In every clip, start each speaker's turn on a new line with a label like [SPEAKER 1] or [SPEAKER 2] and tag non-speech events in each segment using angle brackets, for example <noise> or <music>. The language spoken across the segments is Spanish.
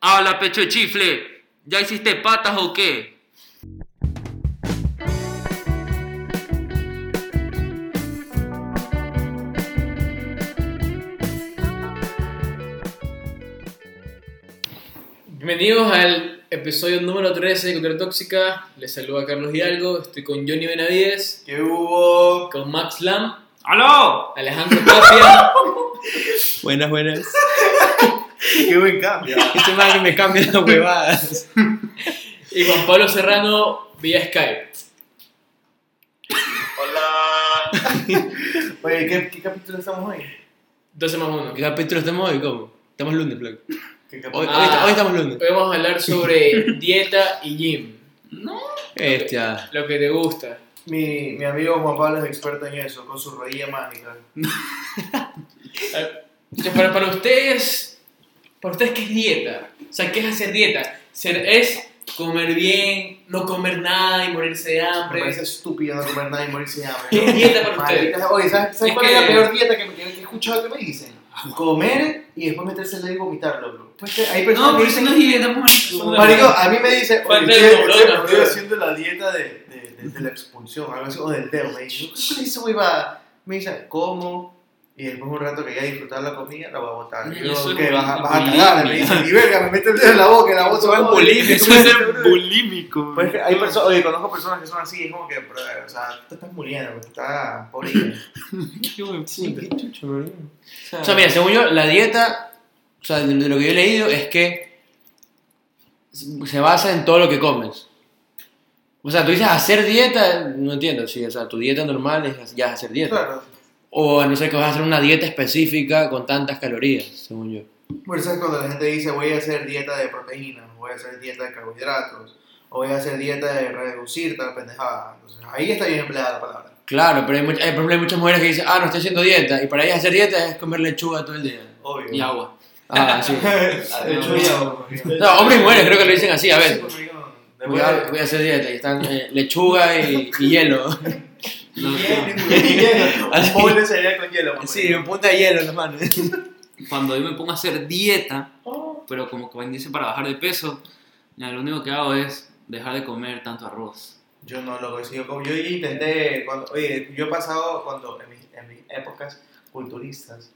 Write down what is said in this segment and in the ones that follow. [SPEAKER 1] Habla, pecho de chifle. ¿Ya hiciste patas o qué?
[SPEAKER 2] Bienvenidos al episodio número 13 de Coquera Tóxica. Les saluda Carlos Hidalgo, estoy con Johnny Benavides,
[SPEAKER 3] ¿Qué hubo?
[SPEAKER 2] con Max Lam,
[SPEAKER 1] ¡Aló!
[SPEAKER 2] Alejandro Tapia.
[SPEAKER 4] Buenas, buenas.
[SPEAKER 3] ¡Qué buen cambio!
[SPEAKER 4] Este man que me cambia las huevadas.
[SPEAKER 2] Y Juan Pablo Serrano vía Skype.
[SPEAKER 3] ¡Hola! <laughs> Oye, ¿qué, qué capítulo estamos hoy?
[SPEAKER 2] 12 más 1.
[SPEAKER 4] ¿Qué capítulo estamos hoy? ¿Cómo? Estamos lunes, plug.
[SPEAKER 3] ¿Qué
[SPEAKER 4] Hoy,
[SPEAKER 3] capítulo?
[SPEAKER 4] hoy esta- hoy estamos lunes.
[SPEAKER 2] Hoy vamos a hablar sobre dieta y gym.
[SPEAKER 4] Bestia.
[SPEAKER 2] Lo que te gusta.
[SPEAKER 3] Mi, mi amigo Juan Pablo es experto en eso, con su rodilla mágica.
[SPEAKER 2] Entonces, para, para ustedes, para ustedes, ¿qué es dieta? O sea, ¿qué es hacer dieta? Ser- es comer bien, no comer nada y morirse de
[SPEAKER 3] Me
[SPEAKER 2] hambre.
[SPEAKER 3] parece estúpido no comer nada y morirse de hambre.
[SPEAKER 2] ¿Qué dieta para
[SPEAKER 3] Maldita sea. Oye, ¿sabes, sabes
[SPEAKER 2] Es
[SPEAKER 3] cuál
[SPEAKER 2] que-
[SPEAKER 3] es la peor dieta que, que he escuchado que me dicen? Comer y después meterse el dedo y vomitarlo, bro. Pues que hay personas
[SPEAKER 1] No,
[SPEAKER 3] que
[SPEAKER 1] pero eso no
[SPEAKER 3] dicen...
[SPEAKER 1] es dieta, marico.
[SPEAKER 3] Marico, ah, a mí me dice,
[SPEAKER 2] Falta
[SPEAKER 3] oye,
[SPEAKER 2] de
[SPEAKER 3] estoy,
[SPEAKER 2] doblona,
[SPEAKER 3] estoy- estoy
[SPEAKER 2] bro.
[SPEAKER 3] haciendo la dieta de, de, de- de la expulsión, algo así, o del dedo. Me dice, ¿qué le hizo, va? Me dice, como, y después un rato que ya disfrutar la comida, la voy a botar. Y
[SPEAKER 1] Eso
[SPEAKER 3] yo,
[SPEAKER 1] es
[SPEAKER 3] que vas, a-
[SPEAKER 1] bullying,
[SPEAKER 3] vas a
[SPEAKER 1] bullying.
[SPEAKER 3] cagar, me dice, y verga, me mete el dedo en la boca, y la boca va en
[SPEAKER 4] bullying, eso es ser
[SPEAKER 3] bulímico. Pues es que hay personas, oye, conozco personas que son así, es como que, bro, o sea, te estás muriendo, pues, estás pobre.
[SPEAKER 4] O sea, mira, según yo, la dieta, o sea, de de lo que yo he leído es que se se basa en todo lo que comes. O sea, tú dices hacer dieta, no entiendo, sí, o sea, tu dieta normal es ya hacer dieta.
[SPEAKER 3] Claro.
[SPEAKER 4] O a no ser que vas a hacer una dieta específica con tantas calorías, según yo.
[SPEAKER 3] Por eso es cuando la gente dice voy a hacer dieta de proteínas, voy a hacer dieta de carbohidratos, o voy a hacer dieta de reducir tal pendejada. Entonces, ahí está bien empleada la palabra.
[SPEAKER 4] Claro, pero hay, mucha- hay, por ejemplo, hay muchas mujeres que dicen, ah, no estoy haciendo dieta, y para ellas hacer dieta es comer lechuga todo el día.
[SPEAKER 3] Obvio.
[SPEAKER 1] Y
[SPEAKER 3] <laughs>
[SPEAKER 1] agua.
[SPEAKER 4] Ah, <laughs> sí.
[SPEAKER 3] de hecho,
[SPEAKER 4] <laughs> No, hombres y mujeres creo que lo dicen así, a ver. Voy a,
[SPEAKER 3] <laughs>
[SPEAKER 4] voy
[SPEAKER 3] Cuidado.
[SPEAKER 4] a hacer dieta, y están eh, lechuga y, y <laughs> hielo. <laughs>
[SPEAKER 3] Un bowl de cereal con hielo. mamá.
[SPEAKER 4] punta de hielo en las manos.
[SPEAKER 1] Cuando yo me pongo a hacer dieta, pero como que dice para bajar de peso, ya, lo único que hago es dejar de comer tanto arroz.
[SPEAKER 3] Yo no lo consigo. Como yo intenté, cuando, oye, yo he pasado cuando en mis, en mis épocas culturistas,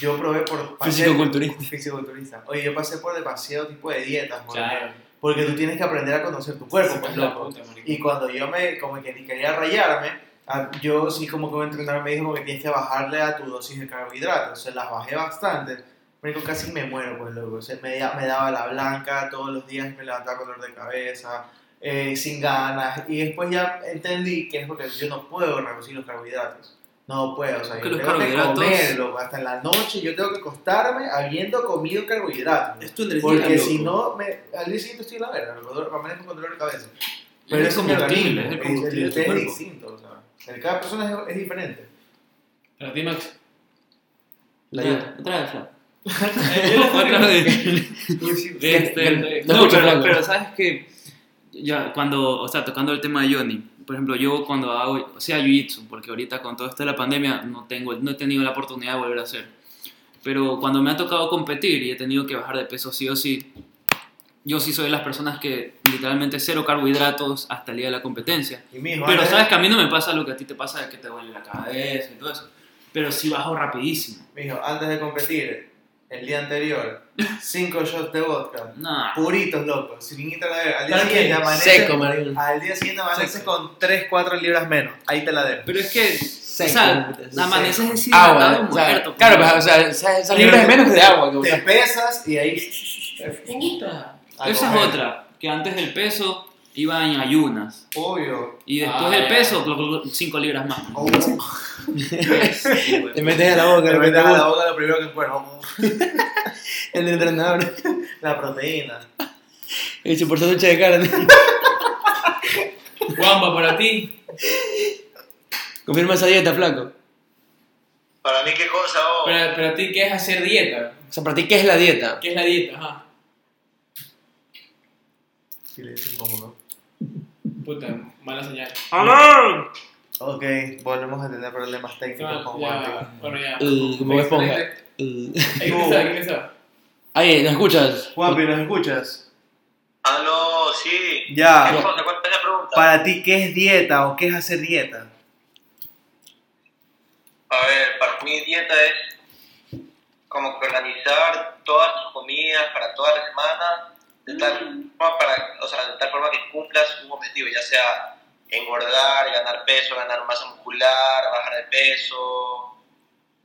[SPEAKER 3] yo probé por... pasé-
[SPEAKER 4] Físico-culturista.
[SPEAKER 3] Físico-culturista. Oye, yo pasé por demasiado tipo de dietas, porque,
[SPEAKER 2] Claro.
[SPEAKER 3] porque tú tienes que aprender a conocer tu cuerpo, pues,
[SPEAKER 2] La
[SPEAKER 3] loco.
[SPEAKER 2] puta, marico.
[SPEAKER 3] Y cuando yo me, como que ni quería rayarme, a- yo sí como que un entrenador me dijo como que tienes que bajarle a tu dosis de carbohidratos. Se las bajé bastante. Marico, casi me muero, pues, loco. O sea, me, da- me daba la blanca todos los días, me levantaba con dolor de cabeza, eh, sin ganas. Y después ya entendí que es porque yo no puedo reducir los carbohidratos. No puedo, o sea, yo
[SPEAKER 1] Que los
[SPEAKER 3] tengo
[SPEAKER 1] carbohidratos-
[SPEAKER 3] que comerlo. Hasta en la noche yo tengo que acostarme habiendo comido carbohidratos.
[SPEAKER 1] tu
[SPEAKER 3] Porque si no, me, al día siguiente estoy en la verga, me dolor- me amanezco con dolor de cabeza.
[SPEAKER 1] Pero es
[SPEAKER 3] eso
[SPEAKER 1] combustible,
[SPEAKER 3] mi
[SPEAKER 1] es el
[SPEAKER 3] organismo,
[SPEAKER 1] combustible
[SPEAKER 3] el
[SPEAKER 1] de tu
[SPEAKER 3] ustedes es
[SPEAKER 1] cuerpo.
[SPEAKER 3] distinto, o sea, el- cada persona es, es diferente.
[SPEAKER 2] Para ti, Max.
[SPEAKER 4] La dieta.
[SPEAKER 1] Otra <laughs> otra vez, Fla. Otra
[SPEAKER 2] Otra vez.
[SPEAKER 1] vez. Este,
[SPEAKER 4] No
[SPEAKER 1] no,
[SPEAKER 4] escucho
[SPEAKER 1] pero,
[SPEAKER 4] flaco.
[SPEAKER 1] pero sabes que ya cuando, o sea, tocando el tema de Johnny, por ejemplo, yo cuando hago, o sea, jiu-jitsu, porque ahorita con todo esto de la pandemia no tengo no he tenido la oportunidad de volver a hacer. Pero cuando me ha tocado competir y he tenido que bajar de peso sí o sí, yo sí soy de las personas que literalmente cero carbohidratos hasta el día de la competencia.
[SPEAKER 3] Y mijo,
[SPEAKER 1] Pero
[SPEAKER 3] antes-
[SPEAKER 1] sabes que a mí no me pasa lo que a ti te pasa de que te duele la cabeza y todo eso. Pero sí bajo rapidísimo.
[SPEAKER 3] mijo, antes de competir, el día anterior, cinco shots de vodka,
[SPEAKER 1] Nah.
[SPEAKER 3] puritos locos, sin irte a la verga. Al día
[SPEAKER 2] Tranqui,
[SPEAKER 3] siguiente amaneces,
[SPEAKER 4] Seco, marico.
[SPEAKER 3] al día siguiente amaneces
[SPEAKER 1] Seco.
[SPEAKER 3] con 3, 4 libras menos, ahí te la dejo.
[SPEAKER 1] Pero es que, o
[SPEAKER 4] Seco.
[SPEAKER 1] sea,
[SPEAKER 4] puta.
[SPEAKER 1] amaneces deshidratado
[SPEAKER 4] Agua.
[SPEAKER 1] y
[SPEAKER 4] o sea,
[SPEAKER 1] muerto.
[SPEAKER 4] Ah, claro,
[SPEAKER 1] pues.
[SPEAKER 4] pero, o sea, esas esas libras es menos de agua que
[SPEAKER 3] Te
[SPEAKER 4] usas.
[SPEAKER 3] pesas y ahí...
[SPEAKER 2] Puta.
[SPEAKER 3] a
[SPEAKER 1] Esa es
[SPEAKER 3] comer.
[SPEAKER 1] otra, que antes del peso iba en ayunas.
[SPEAKER 3] Obvio.
[SPEAKER 1] Y después
[SPEAKER 2] Ah,
[SPEAKER 1] del
[SPEAKER 2] ya.
[SPEAKER 1] peso, 5 libras más.
[SPEAKER 3] Obvio.
[SPEAKER 4] Te metes a la boca,
[SPEAKER 3] Pero
[SPEAKER 4] lo
[SPEAKER 3] me
[SPEAKER 4] que te
[SPEAKER 3] da la
[SPEAKER 4] gusta.
[SPEAKER 3] boca lo primero que encuentro.
[SPEAKER 4] El entrenador.
[SPEAKER 3] La proteína.
[SPEAKER 4] Y su porcentaje de carne.
[SPEAKER 2] Guamba, para ti.
[SPEAKER 4] <laughs> Confirma esa dieta, flaco.
[SPEAKER 3] Para mí, ¿qué cosa?
[SPEAKER 2] Para, para ti, ¿qué es hacer dieta?
[SPEAKER 4] O sea, para ti, ¿qué es la dieta?
[SPEAKER 2] ¿Qué es la dieta? Ajá.
[SPEAKER 3] Silencio incómodo.
[SPEAKER 2] Puta, mala señal.
[SPEAKER 3] Ok, volvemos a tener problemas
[SPEAKER 4] Ah,
[SPEAKER 3] técnicos
[SPEAKER 2] Ah, Ya,
[SPEAKER 3] con Juan.
[SPEAKER 2] bueno, ya.
[SPEAKER 4] El- como Bob esponja.
[SPEAKER 2] Excelente.
[SPEAKER 4] El-
[SPEAKER 2] Ahí está, ahí está.
[SPEAKER 4] <laughs> Ahí, ¿nos escuchas?
[SPEAKER 3] Juanpi, ¿nos escuchas?
[SPEAKER 5] Aló, sí.
[SPEAKER 3] Ya.
[SPEAKER 5] ¿Qué cosa? ¿Cuál es la pregunta?
[SPEAKER 3] Para ti, ¿qué es dieta o qué es hacer dieta?
[SPEAKER 5] A ver, para mí dieta es como que organizar todas tus comidas para toda la semana de tal
[SPEAKER 3] Mm.
[SPEAKER 5] forma para, o sea, de tal forma que cumplas un objetivo, ya sea engordar, ganar peso, ganar masa muscular, bajar de peso,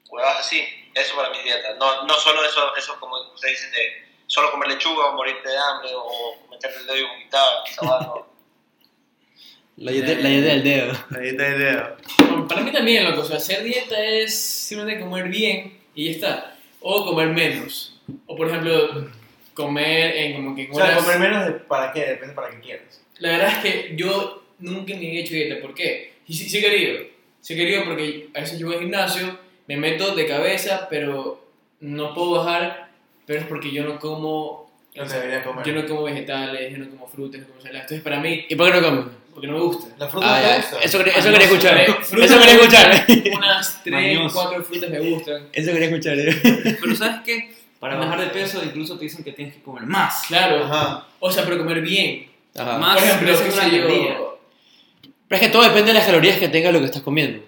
[SPEAKER 5] huevas así. Eso para mi dieta. No, no solo eso, eso como ustedes dicen de solo comer lechuga o morirte de hambre o meterte el dedo y vomitar, esa hueá no.
[SPEAKER 4] La dieta la dieta del dedo.
[SPEAKER 3] La dieta de dedo.
[SPEAKER 2] Para mí también, loco, o sea, hacer dieta es simplemente comer bien y ya está. O comer menos. O por ejemplo, comer en como que en
[SPEAKER 3] O sea,
[SPEAKER 2] horas-
[SPEAKER 3] comer menos de- para qué, depende para qué quieres.
[SPEAKER 2] La verdad es que yo nunca me he hecho dieta. ¿Por qué? Y sí, sí he querido. Sí he querido porque a veces yo voy al gimnasio, me meto de cabeza, pero no puedo bajar. Pero es porque yo no como,
[SPEAKER 3] No se debería comer.
[SPEAKER 2] yo no como vegetales, yo no como frutas, no como saladas. Entonces para mí,
[SPEAKER 4] ¿Y por qué no comes?
[SPEAKER 2] porque no me gusta.
[SPEAKER 3] La fruta
[SPEAKER 4] Ah,
[SPEAKER 3] no
[SPEAKER 4] ya,
[SPEAKER 3] te gusta.
[SPEAKER 4] Eso, quería-
[SPEAKER 2] Ah,
[SPEAKER 4] eso
[SPEAKER 2] no,
[SPEAKER 4] quería <laughs> escuchar.
[SPEAKER 2] frutas
[SPEAKER 4] Eso
[SPEAKER 2] me
[SPEAKER 4] quería
[SPEAKER 2] gustan,
[SPEAKER 4] escuchar.
[SPEAKER 2] Unas tres,
[SPEAKER 1] Mañoso.
[SPEAKER 2] cuatro frutas me gustan.
[SPEAKER 4] Eso quería escuchar. eh.
[SPEAKER 1] Pero ¿sabes qué? Para bajar de peso incluso te dicen que tienes que comer más.
[SPEAKER 2] Claro.
[SPEAKER 3] Ajá.
[SPEAKER 2] O sea, pero comer bien.
[SPEAKER 4] Ajá.
[SPEAKER 1] Más
[SPEAKER 2] Por ejemplo,
[SPEAKER 1] veces
[SPEAKER 2] qué
[SPEAKER 1] una
[SPEAKER 2] sé yo,
[SPEAKER 1] al día.
[SPEAKER 4] Pero es que todo depende de las calorías que tengas lo que estás comiendo.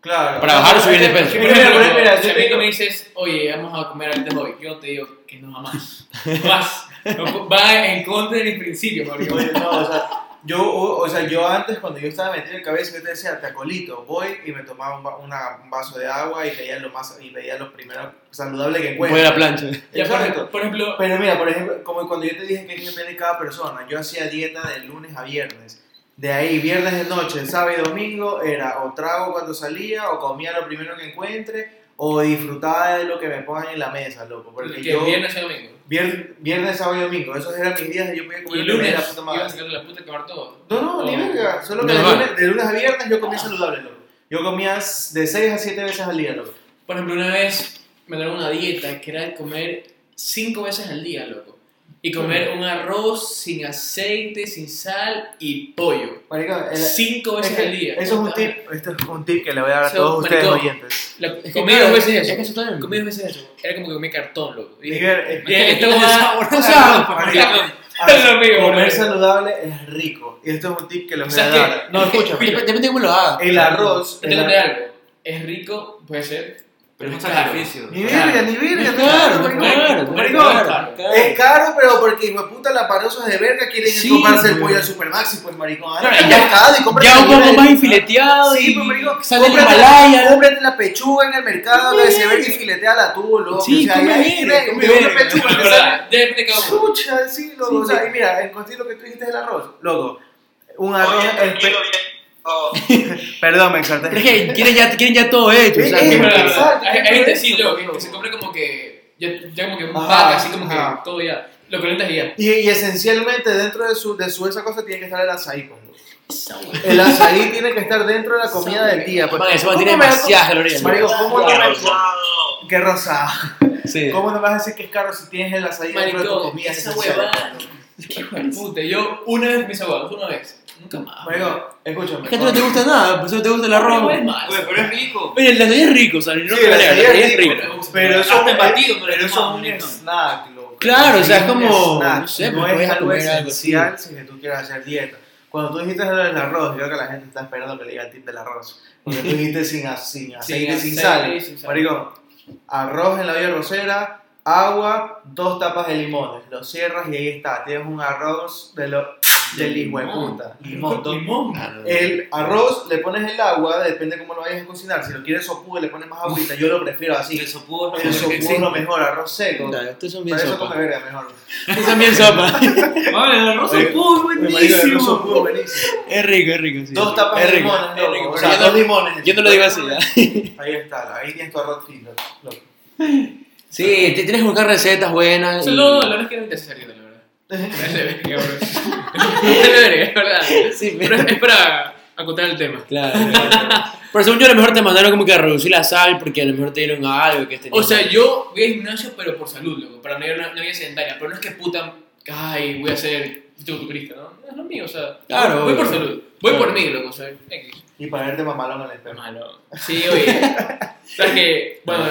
[SPEAKER 3] Claro.
[SPEAKER 4] Para bajar o subir de peso.
[SPEAKER 2] Sí,
[SPEAKER 3] Mira, mira, mira, mira,
[SPEAKER 2] si
[SPEAKER 3] yo
[SPEAKER 2] a mí
[SPEAKER 3] tengo-
[SPEAKER 2] que me dices, oye, vamos a comer antes hoy, yo te digo que no
[SPEAKER 3] <laughs>
[SPEAKER 2] jamás. Más. No, Va en contra de mis principios, Mario.
[SPEAKER 3] Oye, no, o sea, yo, o, o sea, yo antes cuando yo estaba metido en cabeza, yo te decía, te acolito, voy y me tomaba un, va- una- un vaso de agua y veía lo más y veía lo primero saludable que
[SPEAKER 4] Voy a la
[SPEAKER 3] encuentro.
[SPEAKER 4] plancha.
[SPEAKER 2] Ya, por,
[SPEAKER 3] Exacto.
[SPEAKER 2] ejemplo- por ejemplo,
[SPEAKER 3] Pero mira, por ejemplo, como cuando yo te dije que depende de cada persona, yo hacía dieta de lunes a viernes. De ahí, viernes de noche, sábado y domingo, era o trago cuando salía, o comía lo primero que encuentre, o disfrutaba de lo que me pongan en la mesa, loco. Porque
[SPEAKER 2] que
[SPEAKER 3] yo,
[SPEAKER 2] viernes y domingo.
[SPEAKER 3] vier- viernes, sábado y domingo, esos eran mis días que yo podía
[SPEAKER 2] Y
[SPEAKER 3] comer lo que me
[SPEAKER 2] lunes,
[SPEAKER 3] dé la puta madre.
[SPEAKER 2] iba a sacarle la puta a acabar todo.
[SPEAKER 3] No, no, ni
[SPEAKER 2] Oh.
[SPEAKER 3] verga. Solo que de
[SPEAKER 4] No, no.
[SPEAKER 3] lunes, de lunes a viernes yo comía saludable, loco. Yo comía s- de 6 a 7 veces al día, loco.
[SPEAKER 2] Por ejemplo, una vez me dieron una dieta que era de comer cinco veces al día, loco. Y comer
[SPEAKER 3] Mm.
[SPEAKER 2] un arroz sin aceite, sin sal y pollo.
[SPEAKER 3] Marica, el-
[SPEAKER 2] Cinco veces
[SPEAKER 3] es que
[SPEAKER 2] al día.
[SPEAKER 3] Eso es un
[SPEAKER 2] Puta madre.
[SPEAKER 3] tip, esto es un tip que le voy a dar a
[SPEAKER 2] Eso,
[SPEAKER 3] todos ustedes
[SPEAKER 2] maricón.
[SPEAKER 3] oyentes.
[SPEAKER 2] La-
[SPEAKER 4] Es que
[SPEAKER 2] comí
[SPEAKER 4] claro,
[SPEAKER 2] dos veces
[SPEAKER 4] Es que
[SPEAKER 2] eso.
[SPEAKER 4] eso también.
[SPEAKER 2] Comí dos veces eso. Era como que comí cartón, loco. Y dije,
[SPEAKER 3] Nigger, es-
[SPEAKER 2] "Bien, esto
[SPEAKER 1] Tiene
[SPEAKER 2] va-
[SPEAKER 1] sabor
[SPEAKER 2] o
[SPEAKER 1] a
[SPEAKER 2] sea,
[SPEAKER 1] cartón,
[SPEAKER 2] marica,
[SPEAKER 1] marica.
[SPEAKER 2] es lo mío,
[SPEAKER 3] comer
[SPEAKER 2] bro.
[SPEAKER 3] saludable es rico. Y esto es un tip que les voy a
[SPEAKER 2] ¿Sabes qué?
[SPEAKER 3] dar.
[SPEAKER 2] <laughs>
[SPEAKER 4] No, escucha. Dep- Depende de cómo lo hagas.
[SPEAKER 3] El arroz.
[SPEAKER 4] Este
[SPEAKER 2] Yo
[SPEAKER 3] el
[SPEAKER 2] te
[SPEAKER 3] ar-
[SPEAKER 2] conté algo. Es rico, puede ser.
[SPEAKER 1] Pero es un
[SPEAKER 2] caro.
[SPEAKER 1] sacrificio.
[SPEAKER 3] Ni
[SPEAKER 2] Claro.
[SPEAKER 3] verga, ni verga.
[SPEAKER 4] Es
[SPEAKER 3] no, no,
[SPEAKER 4] caro, es
[SPEAKER 3] maricón.
[SPEAKER 4] caro, es
[SPEAKER 3] Maricón,
[SPEAKER 4] caro, es
[SPEAKER 3] Es caro, pero porque hijo de puta laparosos de verga quieren
[SPEAKER 4] Sí,
[SPEAKER 3] comprarse el
[SPEAKER 4] güey.
[SPEAKER 3] pollo al supermaxi, pues maricón. anda
[SPEAKER 4] Claro,
[SPEAKER 3] al
[SPEAKER 4] ya-
[SPEAKER 3] mercado y cómprate
[SPEAKER 4] Ya un
[SPEAKER 3] la
[SPEAKER 4] poco
[SPEAKER 3] libra
[SPEAKER 4] más
[SPEAKER 3] de-
[SPEAKER 4] enfileteado
[SPEAKER 3] Sí,
[SPEAKER 4] y
[SPEAKER 3] pero marico,
[SPEAKER 4] sale el
[SPEAKER 3] cómprate la-
[SPEAKER 4] Himalaya. ¿no?
[SPEAKER 3] cómprate la pechuga en el mercado, la de Sever y fileteala tú, loco.
[SPEAKER 4] Sí,
[SPEAKER 3] o sea,
[SPEAKER 4] come
[SPEAKER 3] ahí
[SPEAKER 4] bien,
[SPEAKER 3] tiene-
[SPEAKER 4] come
[SPEAKER 3] tiene una
[SPEAKER 4] bien.
[SPEAKER 3] pechuga
[SPEAKER 2] Es
[SPEAKER 3] que sale-
[SPEAKER 2] verdad, ya depende de cada uno.
[SPEAKER 3] Chucha, sí, loco. o sea, y mira, en cuestión lo que tú dijiste del arroz, loco. Un arroz.
[SPEAKER 5] Oye,
[SPEAKER 3] espe-
[SPEAKER 5] tranquilo, bien. No,
[SPEAKER 3] Perdón, me exalté.
[SPEAKER 4] Pero es que quieren ya, quieren ya todo hecho. o sea,
[SPEAKER 3] Eh,
[SPEAKER 2] Sí,
[SPEAKER 3] eh,
[SPEAKER 4] como
[SPEAKER 2] pero
[SPEAKER 4] que-
[SPEAKER 2] la verdad,
[SPEAKER 3] Exacto,
[SPEAKER 2] Hay
[SPEAKER 3] es
[SPEAKER 2] hay gente
[SPEAKER 3] eso,
[SPEAKER 2] así, loco, que
[SPEAKER 3] loco.
[SPEAKER 2] se compra como que. Ya, ya como que un
[SPEAKER 3] Ajá,
[SPEAKER 2] pack, así como que
[SPEAKER 3] ajá.
[SPEAKER 2] todo ya. Lo calientas y ya.
[SPEAKER 3] Y, y esencialmente dentro de su, de su esa cosa tiene que estar el azaí. pues, loco. El azaí tiene que estar dentro de la comida del día. pues.
[SPEAKER 4] Man, eso
[SPEAKER 3] ¿Cómo
[SPEAKER 4] tiene
[SPEAKER 3] me-
[SPEAKER 4] demasiadas calorías. ¿no?
[SPEAKER 3] Marico, ¿cómo no
[SPEAKER 5] qué
[SPEAKER 3] me...
[SPEAKER 5] rosado.
[SPEAKER 3] Qué rosado.
[SPEAKER 4] Sí.
[SPEAKER 3] ¿Cómo no vas a decir que es caro si tienes el azaí dentro de tu
[SPEAKER 2] Maricón,
[SPEAKER 3] comida?
[SPEAKER 2] esa
[SPEAKER 3] esencial?
[SPEAKER 2] huevada. Qué hijo de puta. Yo una vez me hice huevos, una vez. Nunca más.
[SPEAKER 3] Marico, escúchame.
[SPEAKER 4] Es que a ti no te gusta nada, por eso te gusta el
[SPEAKER 2] No
[SPEAKER 4] arroz.
[SPEAKER 2] es más.
[SPEAKER 1] Güey, pero es rico.
[SPEAKER 4] Oye, el de es rico, o sea, no me
[SPEAKER 3] Sí, el
[SPEAKER 4] pelea, el
[SPEAKER 3] azaí
[SPEAKER 4] de
[SPEAKER 3] es
[SPEAKER 4] es
[SPEAKER 3] rico.
[SPEAKER 4] rico.
[SPEAKER 3] Pero eso,
[SPEAKER 1] Hasta batido, me lo
[SPEAKER 3] pero eso
[SPEAKER 1] tomaba,
[SPEAKER 3] es un
[SPEAKER 1] maricón.
[SPEAKER 3] snack, loco.
[SPEAKER 4] Claro, o sea, es
[SPEAKER 3] un
[SPEAKER 4] como-
[SPEAKER 3] snack,
[SPEAKER 4] no sé,
[SPEAKER 3] no
[SPEAKER 4] pues,
[SPEAKER 3] es
[SPEAKER 4] puedes
[SPEAKER 3] algo
[SPEAKER 4] comer algo
[SPEAKER 3] esencial si que tú quieras hacer dieta. Cuando tú dijiste lo del arroz, yo creo que la gente está esperando que le diga el tip del arroz. Porque tú dijiste sin, a- sin aceite, sin,
[SPEAKER 2] aceite,
[SPEAKER 3] sal.
[SPEAKER 2] sin sal.
[SPEAKER 3] Maricón, arroz en la olla rosera, agua, dos tapas de limones. Lo cierras y ahí está. Tienes un arroz de lo, del hijo de
[SPEAKER 1] limón.
[SPEAKER 3] puta. Limón, dos
[SPEAKER 2] Limón.
[SPEAKER 1] Ah,
[SPEAKER 3] el arroz le pones el agua, depende cómo lo vayas a cocinar. Si lo quieres sopudo, le pones más agüita. Yo lo prefiero así.
[SPEAKER 1] El sopudo es
[SPEAKER 3] El
[SPEAKER 1] lo mejor que
[SPEAKER 3] sopudo es
[SPEAKER 1] existe.
[SPEAKER 3] lo mejor, arroz seco.
[SPEAKER 4] Nah, Estos son bien
[SPEAKER 3] Para eso come
[SPEAKER 4] sopa.
[SPEAKER 3] verga mejor.
[SPEAKER 4] Estos son bien sopa. <laughs>
[SPEAKER 1] Vale, el arroz
[SPEAKER 3] Oye,
[SPEAKER 1] sopudo es
[SPEAKER 3] Marico, el arroz
[SPEAKER 1] buenísimo.
[SPEAKER 3] sopudo, buenísimo.
[SPEAKER 4] Es rico, es rico. sí.
[SPEAKER 3] Dos tapas
[SPEAKER 4] Es
[SPEAKER 3] de
[SPEAKER 4] rico,
[SPEAKER 3] limones,
[SPEAKER 4] es
[SPEAKER 3] loco.
[SPEAKER 4] rico.
[SPEAKER 3] O
[SPEAKER 4] Pero
[SPEAKER 3] sea,
[SPEAKER 4] yo
[SPEAKER 3] dos
[SPEAKER 4] no-
[SPEAKER 3] limones.
[SPEAKER 4] Yo no lo digo así, ¿ah?
[SPEAKER 3] Ahí está, ahí tienes tu arroz frito. loco.
[SPEAKER 4] Sí, te tienes que buscar recetas buenas. y-
[SPEAKER 2] Solo la verdad es que era necesario, la verdad. <laughs> Es verdad.
[SPEAKER 4] Sí,
[SPEAKER 2] Pero es para acotar el tema.
[SPEAKER 4] Claro. Pero según yo, a lo mejor te mandaron como que a reducir la sal porque a lo mejor te dieron algo que tenía.
[SPEAKER 2] O sea, yo voy al gimnasio, pero por salud, loco. Para no ir a una, una vida sedentaria. Pero no es que puta, ay, voy a ser fisiculturista, ¿no? No es lo mío, o sea.
[SPEAKER 4] Claro,
[SPEAKER 2] Voy, voy por
[SPEAKER 4] obvio.
[SPEAKER 2] salud. Voy
[SPEAKER 4] Claro.
[SPEAKER 2] por mí, loco, o sea, X.
[SPEAKER 3] Y para verte mamalón en el
[SPEAKER 2] Pero
[SPEAKER 3] espejo.
[SPEAKER 2] malo. Sí, oye. o sea, que, bueno,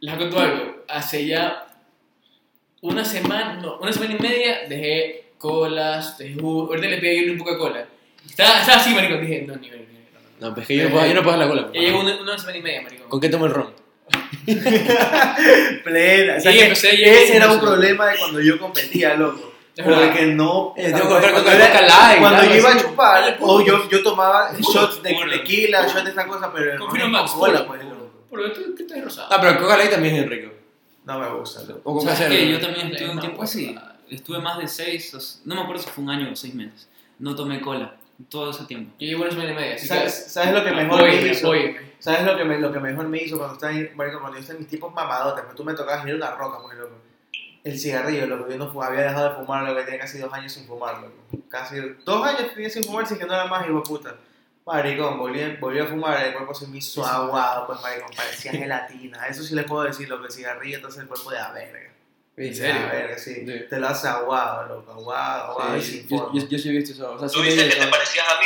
[SPEAKER 2] les cuento algo. Hace ya una semana, no, una semana y media dejé colas, dejé jugo. Ahorita le pedí un poco de cola. Estaba, estaba así, maricón. Dije, no, ni verga, no, no, no.
[SPEAKER 4] No, pues que yo no puedo, yo no puedo dar la cola.
[SPEAKER 2] Ya llevo una, una semana y media, maricón.
[SPEAKER 4] ¿Con qué tomo el ron?
[SPEAKER 3] Plena. O sea,
[SPEAKER 2] Sí,
[SPEAKER 3] que
[SPEAKER 2] empecé a llegar
[SPEAKER 3] ese era un
[SPEAKER 2] incluso.
[SPEAKER 3] problema de cuando yo competía, loco.
[SPEAKER 2] Es verdad.
[SPEAKER 3] Porque no.
[SPEAKER 4] Eh, tengo que comprar
[SPEAKER 3] cuando
[SPEAKER 4] con
[SPEAKER 3] era-
[SPEAKER 4] Coca Light,
[SPEAKER 3] cuando
[SPEAKER 4] claro,
[SPEAKER 3] yo iba a
[SPEAKER 4] sí.
[SPEAKER 3] chupar, o yo, yo tomaba shots de
[SPEAKER 2] puro.
[SPEAKER 3] tequila, shots de esta cosa, pero no
[SPEAKER 2] Confirma,
[SPEAKER 3] es
[SPEAKER 2] Max,
[SPEAKER 3] Coca-Cola,
[SPEAKER 2] puro.
[SPEAKER 3] pues, loco.
[SPEAKER 2] Por lo tanto, que estás rosado.
[SPEAKER 4] Ah, pero el Coca Light también es bien rico.
[SPEAKER 3] No me gusta, loco.
[SPEAKER 4] O con
[SPEAKER 1] ¿Sabes
[SPEAKER 4] casero.
[SPEAKER 1] qué? Yo también estuve un
[SPEAKER 2] No,
[SPEAKER 1] tiempo
[SPEAKER 2] pues,
[SPEAKER 1] así.
[SPEAKER 2] claro.
[SPEAKER 1] Estuve más de seis, o s- no me acuerdo si fue un año o seis meses. No tomé cola todo ese tiempo.
[SPEAKER 2] Yo llevo una semana y media. Así que,
[SPEAKER 3] ¿Sabes, sabes lo que mejor me
[SPEAKER 2] apóyeme,
[SPEAKER 3] hizo?
[SPEAKER 2] apóyeme.
[SPEAKER 3] ¿Sabes lo que, me, lo que mejor me hizo cuando estaba en, marico, cuando yo estaba en mis tipos mamadotes? Pero tú me tocabas ir una roca, porque loco. El cigarrillo, loco. Yo no fu- había dejado de fumar, loco. Tenía casi dos años sin fumar, loco. Casi dos años tenía sin fumar, sin que no era más, hijo de puta. Maricón, volví, volví a fumar, el cuerpo se me hizo aguado, pues maricón, parecía gelatina. Eso sí les puedo decir, loco. El cigarrillo, entonces el cuerpo de la verga.
[SPEAKER 2] ¿En
[SPEAKER 3] De
[SPEAKER 2] serio?
[SPEAKER 3] la verga, sí.
[SPEAKER 4] Sí.
[SPEAKER 3] Te lo hace aguado, loco. Aguado, aguado y
[SPEAKER 4] Sí,
[SPEAKER 3] sin
[SPEAKER 4] yo,
[SPEAKER 3] forma.
[SPEAKER 4] yo, yo sí he visto eso. O sea, sí
[SPEAKER 5] Tú
[SPEAKER 4] he
[SPEAKER 5] dices que
[SPEAKER 4] visto
[SPEAKER 5] te
[SPEAKER 4] eso.
[SPEAKER 5] parecías a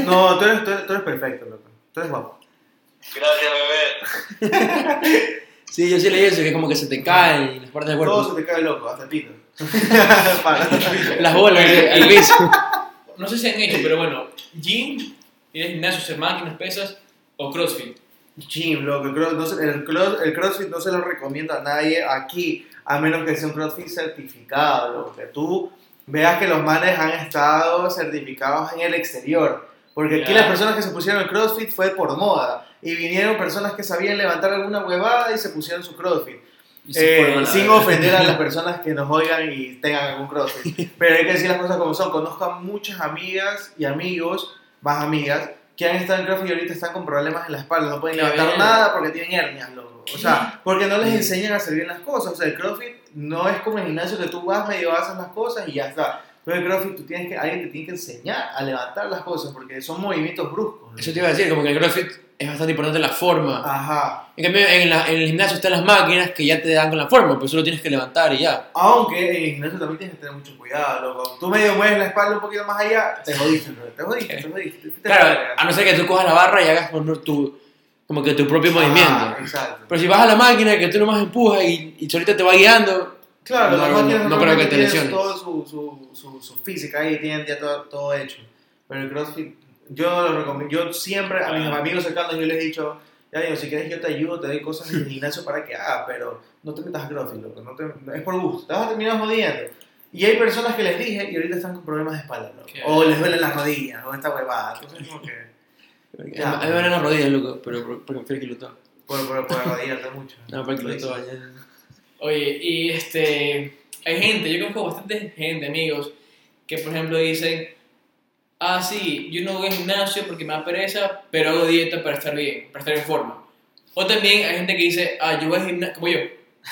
[SPEAKER 5] mí.
[SPEAKER 3] No, tú eres, tú, eres, tú eres perfecto, loco. Tú eres guapo.
[SPEAKER 5] Gracias, bebé.
[SPEAKER 4] Sí, yo sí leí eso, que como que se te caen las partes del
[SPEAKER 3] Todo
[SPEAKER 4] cuerpo.
[SPEAKER 3] se te cae loco, hasta el
[SPEAKER 4] <laughs>
[SPEAKER 3] pito. <laughs> Para, hasta el pito.
[SPEAKER 4] Las bolas eh, al piso.
[SPEAKER 2] No sé si han hecho, pero bueno, gym, ir al gimnasio, hacer máquinas, pesas o crossfit.
[SPEAKER 3] Gym, loco. El, cross- no se- el cross- el CrossFit no se lo recomiendo a nadie aquí, a menos que sea un CrossFit certificado, loco. Que tú veas que los manes han estado certificados en el exterior. Porque aquí
[SPEAKER 2] Claro.
[SPEAKER 3] las personas que se pusieron el CrossFit fue por moda. Y vinieron personas que sabían levantar alguna huevada y se pusieron su CrossFit.
[SPEAKER 1] Y se
[SPEAKER 3] Eh,
[SPEAKER 1] fueron a la
[SPEAKER 3] sin
[SPEAKER 1] verga.
[SPEAKER 3] ofender a las personas que nos oigan y tengan algún crossfit. Pero hay que decir las cosas como son. Conozco a muchas amigas y amigos, más amigas, que han estado en crossfit y ahorita están con problemas en la espalda. No pueden
[SPEAKER 2] Qué
[SPEAKER 3] levantar
[SPEAKER 2] bien.
[SPEAKER 3] nada porque tienen hernias, loco. O sea, porque no les enseñan a hacer bien las cosas. O sea, el crossfit no es como el gimnasio que tú vas, medio haces las cosas y ya está. Pero el crossfit tú tienes que, alguien te tiene que enseñar a levantar las cosas porque son movimientos bruscos. ¿no?
[SPEAKER 4] Eso te iba a decir, como que el CrossFit es bastante importante la forma.
[SPEAKER 3] Ajá.
[SPEAKER 4] En cambio, en, la- en el gimnasio están las máquinas que ya te dan con la forma, pues solo tienes que levantar y ya.
[SPEAKER 3] Aunque en el gimnasio también tienes que tener mucho cuidado, loco. Tú medio mueves la espalda un poquito más allá, te jodiste, bro. Te jodiste, te jodiste. te fuiste a la
[SPEAKER 4] Claro,
[SPEAKER 3] verga.
[SPEAKER 4] a no ser que tú cojas la barra y hagas por ejemplo, tu, como que tu propio
[SPEAKER 3] Ah,
[SPEAKER 4] movimiento.
[SPEAKER 3] exacto.
[SPEAKER 4] Pero si vas a la máquina que tú nomás empujas y, y solita te va guiando,
[SPEAKER 3] claro,
[SPEAKER 4] No,
[SPEAKER 3] los
[SPEAKER 4] no,
[SPEAKER 3] máquinas
[SPEAKER 4] no, no creo que te
[SPEAKER 3] tienen
[SPEAKER 4] lesiones.
[SPEAKER 3] todo su, su, su, su física ahí, tienen ya todo, todo hecho. Pero el CrossFit, yo no lo recomiendo. Yo siempre a mis amigos cercanos yo les he dicho, ya digo, si quieres yo te ayudo, te doy cosas en el gimnasio para que hagas, pero no te metas a CrossFit, loco. No te- es por gusto. Te vas a terminar jodiendo. Y hay personas que les dije y ahorita están con problemas de espalda, loco.
[SPEAKER 2] Qué
[SPEAKER 3] O les duelen las rodillas, o esta huevada. Entonces, como que. Ya.
[SPEAKER 4] a mí me duelen las rodillas, loco, pero por- porque prefiero que lo toque.
[SPEAKER 3] Por, por, por arrodillarte mucho.
[SPEAKER 4] No, para que lo
[SPEAKER 3] Listo.
[SPEAKER 4] toque, ya.
[SPEAKER 2] Oye, y este, hay gente, yo conozco bastante gente, amigos, que por ejemplo dicen, ah, sí, yo no voy al gimnasio porque me da pereza, pero hago dieta para estar bien, para estar en forma. O también hay gente que dice, ah, yo voy al gimnasio, como yo.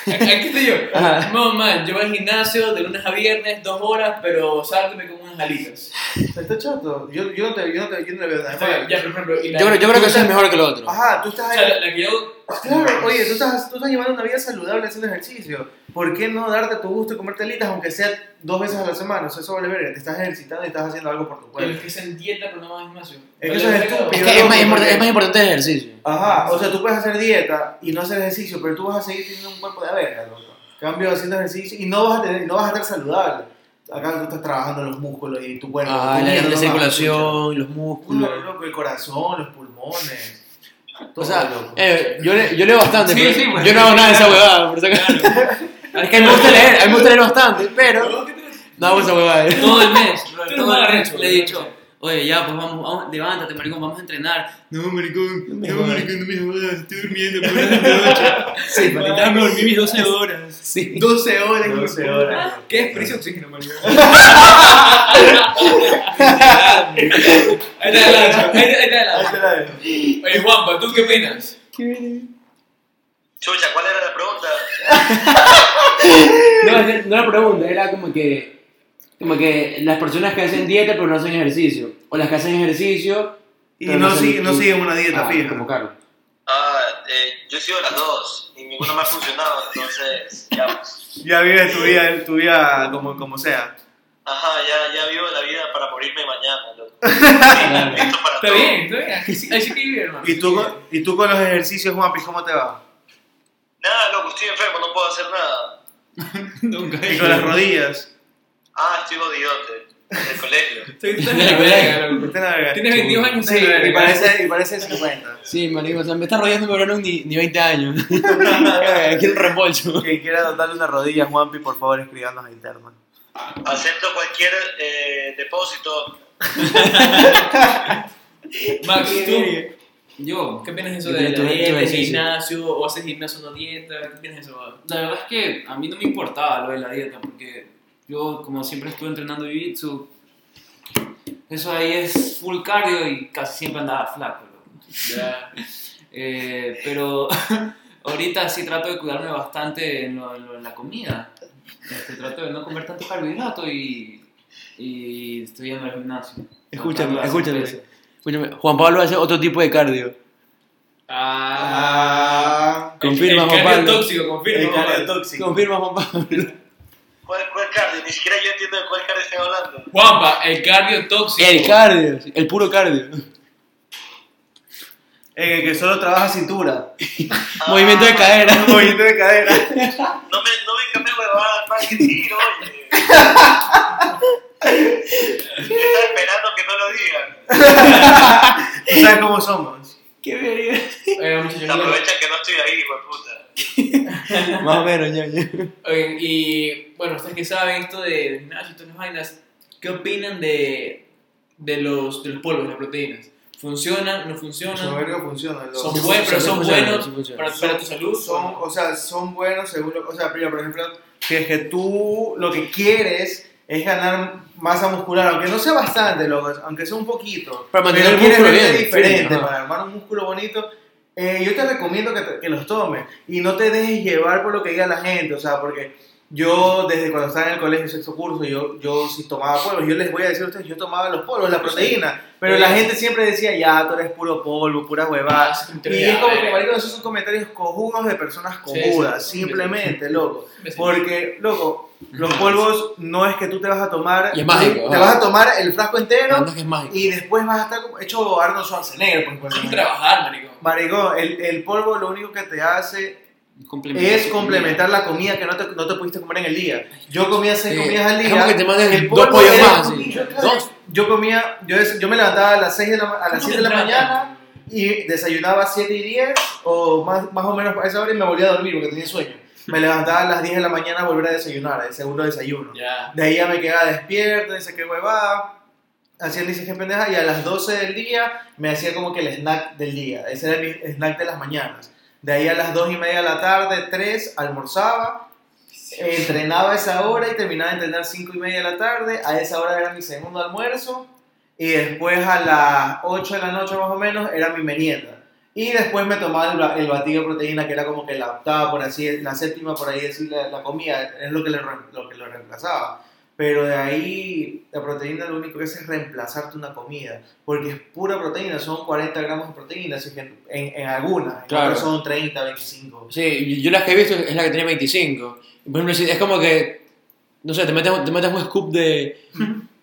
[SPEAKER 2] Aquí estoy yo.
[SPEAKER 4] <laughs> Ajá.
[SPEAKER 2] No, man, yo voy al gimnasio de lunes a viernes, dos horas, pero salgo y me como unas alitas.
[SPEAKER 3] Está chato. Yo, yo, no te, yo, no te, yo no le veo nada de
[SPEAKER 2] Está bien,
[SPEAKER 3] malo.
[SPEAKER 2] Ya, por ejemplo, y la,
[SPEAKER 4] Yo creo, yo creo que eso es mejor que lo otro.
[SPEAKER 3] Ajá, tú estás
[SPEAKER 2] o
[SPEAKER 3] ahí.
[SPEAKER 2] sea, la- la que yo,
[SPEAKER 3] Claro, oye, tú estás, tú estás llevando una vida saludable haciendo ejercicio. ¿Por qué no darte tu gusto y comerte alitas, aunque sea dos veces a la semana? O sea, eso vale verga. Te estás ejercitando y estás haciendo algo por tu
[SPEAKER 2] los
[SPEAKER 3] cuerpo.
[SPEAKER 2] que hacen dieta pero no van al gimnasio.
[SPEAKER 3] Es que eso es
[SPEAKER 4] Es
[SPEAKER 3] estúpido.
[SPEAKER 4] que es más, es más- es más importante el ejercicio.
[SPEAKER 3] Ajá, o sea, tú puedes hacer dieta y no hacer ejercicio, pero tú vas a seguir teniendo un cuerpo de verga, loco. Cambio haciendo ejercicio y no vas a, tener, no vas a estar saludable. Acá tú estás trabajando los músculos y tu cuerpo.
[SPEAKER 4] Ah,
[SPEAKER 3] tu
[SPEAKER 4] la,
[SPEAKER 3] mierda no
[SPEAKER 4] la
[SPEAKER 3] va
[SPEAKER 4] circulación, los
[SPEAKER 3] a escuchar. Culo,
[SPEAKER 4] músculos.
[SPEAKER 3] loco, el corazón, los pulmones.
[SPEAKER 4] O
[SPEAKER 3] todo,
[SPEAKER 4] sea,
[SPEAKER 3] loco.
[SPEAKER 4] eh, yo, le- yo leo bastante,
[SPEAKER 1] Sí,
[SPEAKER 4] pero
[SPEAKER 1] sí, pues.
[SPEAKER 4] yo no hago nada de esa huevada, por si acaso. <laughs> Es que a mí me gusta leer, a mí me gusta leer bastante, pero no hago esa huevada. eh.
[SPEAKER 1] <laughs> Todo el mes, bro,
[SPEAKER 2] Tú eres
[SPEAKER 1] todo
[SPEAKER 2] más
[SPEAKER 1] el mes
[SPEAKER 2] arrecho,
[SPEAKER 1] le he
[SPEAKER 2] bro.
[SPEAKER 1] dicho, oye, ya, pues vamos, vamos, levántate, maricón, vamos a entrenar. No, maricón,
[SPEAKER 4] me
[SPEAKER 1] no,
[SPEAKER 4] jodas.
[SPEAKER 1] maricón, no me jodas, estoy durmiendo, pero ahora me ocho.
[SPEAKER 3] sí,
[SPEAKER 1] Para que ya me dormí mis 12 horas.
[SPEAKER 4] Sí.
[SPEAKER 3] 12 horas. 12 horas.
[SPEAKER 2] ¿Qué es precio oxígeno,
[SPEAKER 3] <laughs>
[SPEAKER 2] marico? ahí está el lado, ahí está- ahí está el lado. Oye, Juanpa, ¿tú qué opinas?
[SPEAKER 5] Chucha, ¿cuál era la pregunta?
[SPEAKER 4] No, es- no era pregunta, era como que, como que las personas que hacen dieta pero no hacen ejercicio, o las que hacen ejercicio
[SPEAKER 3] Y
[SPEAKER 4] pero
[SPEAKER 3] no,
[SPEAKER 4] hacen-
[SPEAKER 3] sigue, no sigue una dieta
[SPEAKER 4] Ah,
[SPEAKER 3] fija.
[SPEAKER 4] Como Carlos.
[SPEAKER 5] Ah, eh, yo he sido las dos y ninguna me ha funcionado, entonces ya. pues.
[SPEAKER 3] Ya vives tu vida, tu vida como, como sea.
[SPEAKER 5] Ajá, ya, ya vivo la vida para morirme mañana, loco. Listo para
[SPEAKER 2] Está
[SPEAKER 5] todo.
[SPEAKER 2] bien, está bien. Así, así que vive, hermano.
[SPEAKER 3] ¿Y tú, con- y tú con los ejercicios, Juanpi, cómo te va?
[SPEAKER 5] Nada, loco, estoy enfermo, no puedo hacer nada.
[SPEAKER 1] Nunca.
[SPEAKER 3] Y con las rodillas.
[SPEAKER 5] Ah, estoy godiote, en el colegio.
[SPEAKER 3] Vete a la verga.
[SPEAKER 2] Tienes 22 años,
[SPEAKER 3] Sí,
[SPEAKER 2] vete a la
[SPEAKER 3] y
[SPEAKER 2] verga.
[SPEAKER 3] parece, y parece 50.
[SPEAKER 4] Sí, marico, o sea, me está rodeando pero no ni, ni 20 años. <laughs> Aquí un reembolso.
[SPEAKER 3] Quien quiera dotarle una rodilla a Juanpi, por favor, escribanos a interna.
[SPEAKER 5] Acepto cualquier eh, depósito.
[SPEAKER 2] Max, ¿tú
[SPEAKER 1] Yo.
[SPEAKER 2] qué opinas de eso
[SPEAKER 4] Yo
[SPEAKER 2] de
[SPEAKER 4] te-
[SPEAKER 2] la
[SPEAKER 4] te- te-
[SPEAKER 2] dieta,
[SPEAKER 4] te-
[SPEAKER 2] el
[SPEAKER 4] sí, sí.
[SPEAKER 2] gimnasio, o haces gimnasio no dieta? ¿Qué opinas de eso? Bado?
[SPEAKER 1] La verdad es que a mí no me importaba lo de la dieta, porque yo, como siempre, estuve entrenando jiu-jitsu. Eso ahí es full cardio y casi siempre andaba flaco. loco.
[SPEAKER 2] Ya.
[SPEAKER 1] <laughs> Eh, pero <laughs> ahorita sí trato de cuidarme bastante en, lo- en lo- en la comida. Este, trato de no comer tanto carbohidrato y, y estoy yendo al gimnasio.
[SPEAKER 4] Escúchame,
[SPEAKER 1] Tratando de hacer
[SPEAKER 4] escúchame.
[SPEAKER 1] peso.
[SPEAKER 4] Escúchame, Juan Pablo hace otro tipo de cardio.
[SPEAKER 3] Ah,
[SPEAKER 4] Confirma,
[SPEAKER 2] el,
[SPEAKER 4] Juan
[SPEAKER 2] el cardio
[SPEAKER 4] Pablo.
[SPEAKER 2] tóxico, confirma.
[SPEAKER 3] el
[SPEAKER 2] Juan
[SPEAKER 3] cardio
[SPEAKER 2] Pablo.
[SPEAKER 3] tóxico.
[SPEAKER 4] Confirma, Juan Pablo.
[SPEAKER 5] ¿Cuál, cuál cardio? Ni siquiera yo entiendo de cuál cardio estoy hablando.
[SPEAKER 2] Juanpa, el cardio tóxico.
[SPEAKER 4] El cardio, sí, el puro cardio.
[SPEAKER 3] En el que solo trabaja cintura. <laughs>
[SPEAKER 5] Ah.
[SPEAKER 4] Movimiento de cadera.
[SPEAKER 3] Movimiento de cadera.
[SPEAKER 5] No me, no me cambies huevada al marketing, oye. Estaba esperando que no lo digan.
[SPEAKER 3] Tú sabes cómo somos.
[SPEAKER 2] Oigan, Eh, muchachos,
[SPEAKER 5] Se aprovechan que no estoy ahí, hijo puta.
[SPEAKER 4] Más o menos, ñoño.
[SPEAKER 2] Oigan, y bueno, ustedes que saben esto de gimnasio y todas las vainas, ¿qué opinan de, de, los, de los polvos, las proteínas? ¿Funcionan? ¿No
[SPEAKER 3] Eso
[SPEAKER 2] funcionan?
[SPEAKER 3] verga funciona. loco.
[SPEAKER 2] Son
[SPEAKER 4] Sí,
[SPEAKER 2] buenos, pero
[SPEAKER 4] funciona,
[SPEAKER 2] son
[SPEAKER 4] funciona,
[SPEAKER 2] buenos
[SPEAKER 4] sí funciona.
[SPEAKER 2] para, para tu salud.
[SPEAKER 3] son, o sea, son buenos seguro, o sea, pero por ejemplo, si es que tú lo que quieres es ganar masa muscular, aunque no sea bastante, loco, aunque sea un poquito,
[SPEAKER 4] Para mantener el
[SPEAKER 3] quieres
[SPEAKER 4] músculo
[SPEAKER 3] verte
[SPEAKER 4] bien,
[SPEAKER 3] diferente,
[SPEAKER 4] firme, ajá.
[SPEAKER 3] para armar un músculo bonito, eh, yo te recomiendo que, te- que los tomes y no te dejes llevar por lo que diga la gente, o sea, porque yo desde cuando estaba en el colegio, sexto curso, yo, yo sí tomaba polvos, yo les voy a decir a ustedes, yo tomaba los polvos, la proteína, pero la gente siempre decía, ya, tú eres puro polvo, pura
[SPEAKER 2] Ah,
[SPEAKER 3] huevada, y es como que, marico, esos son comentarios cojudos de personas
[SPEAKER 2] eh, Sí,
[SPEAKER 3] cojudas,
[SPEAKER 2] sí.
[SPEAKER 3] simplemente, loco.
[SPEAKER 2] Por...
[SPEAKER 3] Porque, loco, los polvos no es que tú te vas a tomar.
[SPEAKER 4] Y es mágico, Ah,
[SPEAKER 3] Te
[SPEAKER 4] ajá.
[SPEAKER 3] vas a tomar el frasco entero
[SPEAKER 4] Anda que es mágico.
[SPEAKER 3] y después vas a estar como- hecho Arnold Schwarzenegger, pues, por
[SPEAKER 2] Hay que
[SPEAKER 3] ejemplo.
[SPEAKER 2] trabajar, marico.
[SPEAKER 3] Marico, el, el polvo lo único que te hace
[SPEAKER 1] Complementar
[SPEAKER 3] es
[SPEAKER 1] tu
[SPEAKER 3] complementar la comida que no te, no te pudiste comer en el día. Yo comía seis
[SPEAKER 4] Sí,
[SPEAKER 3] comidas al
[SPEAKER 4] es
[SPEAKER 3] día.
[SPEAKER 4] como que te manden
[SPEAKER 3] el
[SPEAKER 4] dos
[SPEAKER 3] polvo
[SPEAKER 4] pollos
[SPEAKER 3] era-
[SPEAKER 4] más, sí.
[SPEAKER 3] yo-
[SPEAKER 4] Dos.
[SPEAKER 3] Yo comía, yo, des- yo me levantaba a las 6 de la, ma- a las
[SPEAKER 2] ¿Cómo
[SPEAKER 3] 7 de la
[SPEAKER 2] te tratan?
[SPEAKER 3] mañana y desayunaba a 7 y 10 o más, más o menos a esa hora y me volvía a dormir porque tenía sueño. Me levantaba a las 10 de la mañana a volver a desayunar, el segundo desayuno.
[SPEAKER 2] Ya.
[SPEAKER 3] De ahí ya me quedaba despierto, dice qué huevada, hacían dice qué pendeja y a las 12 del día me hacía como que el snack del día, ese era mi snack de las mañanas. De ahí a las 2 y media de la tarde, 3, almorzaba, eh, entrenaba a esa hora y terminaba de entrenar 5 y media de la tarde, a esa hora era mi segundo almuerzo y después a las 8 de la noche más o menos era mi merienda. Y después me tomaba el, ba- el batido de proteína, que era como que la octava, por así, la séptima, por ahí decir, la, la comida, es lo que, le, re- lo que lo reemplazaba. Pero de ahí, la proteína lo único que hace es reemplazarte una comida, porque es pura proteína, son 40 gramos de proteína, así que en, en algunas, en
[SPEAKER 4] Claro.
[SPEAKER 3] otras son 30, 25.
[SPEAKER 4] Sí, yo las que he visto es la que tiene 25. Por ejemplo, sí, es como que, no sé, te metes, te metes un scoop
[SPEAKER 3] <laughs>
[SPEAKER 4] de,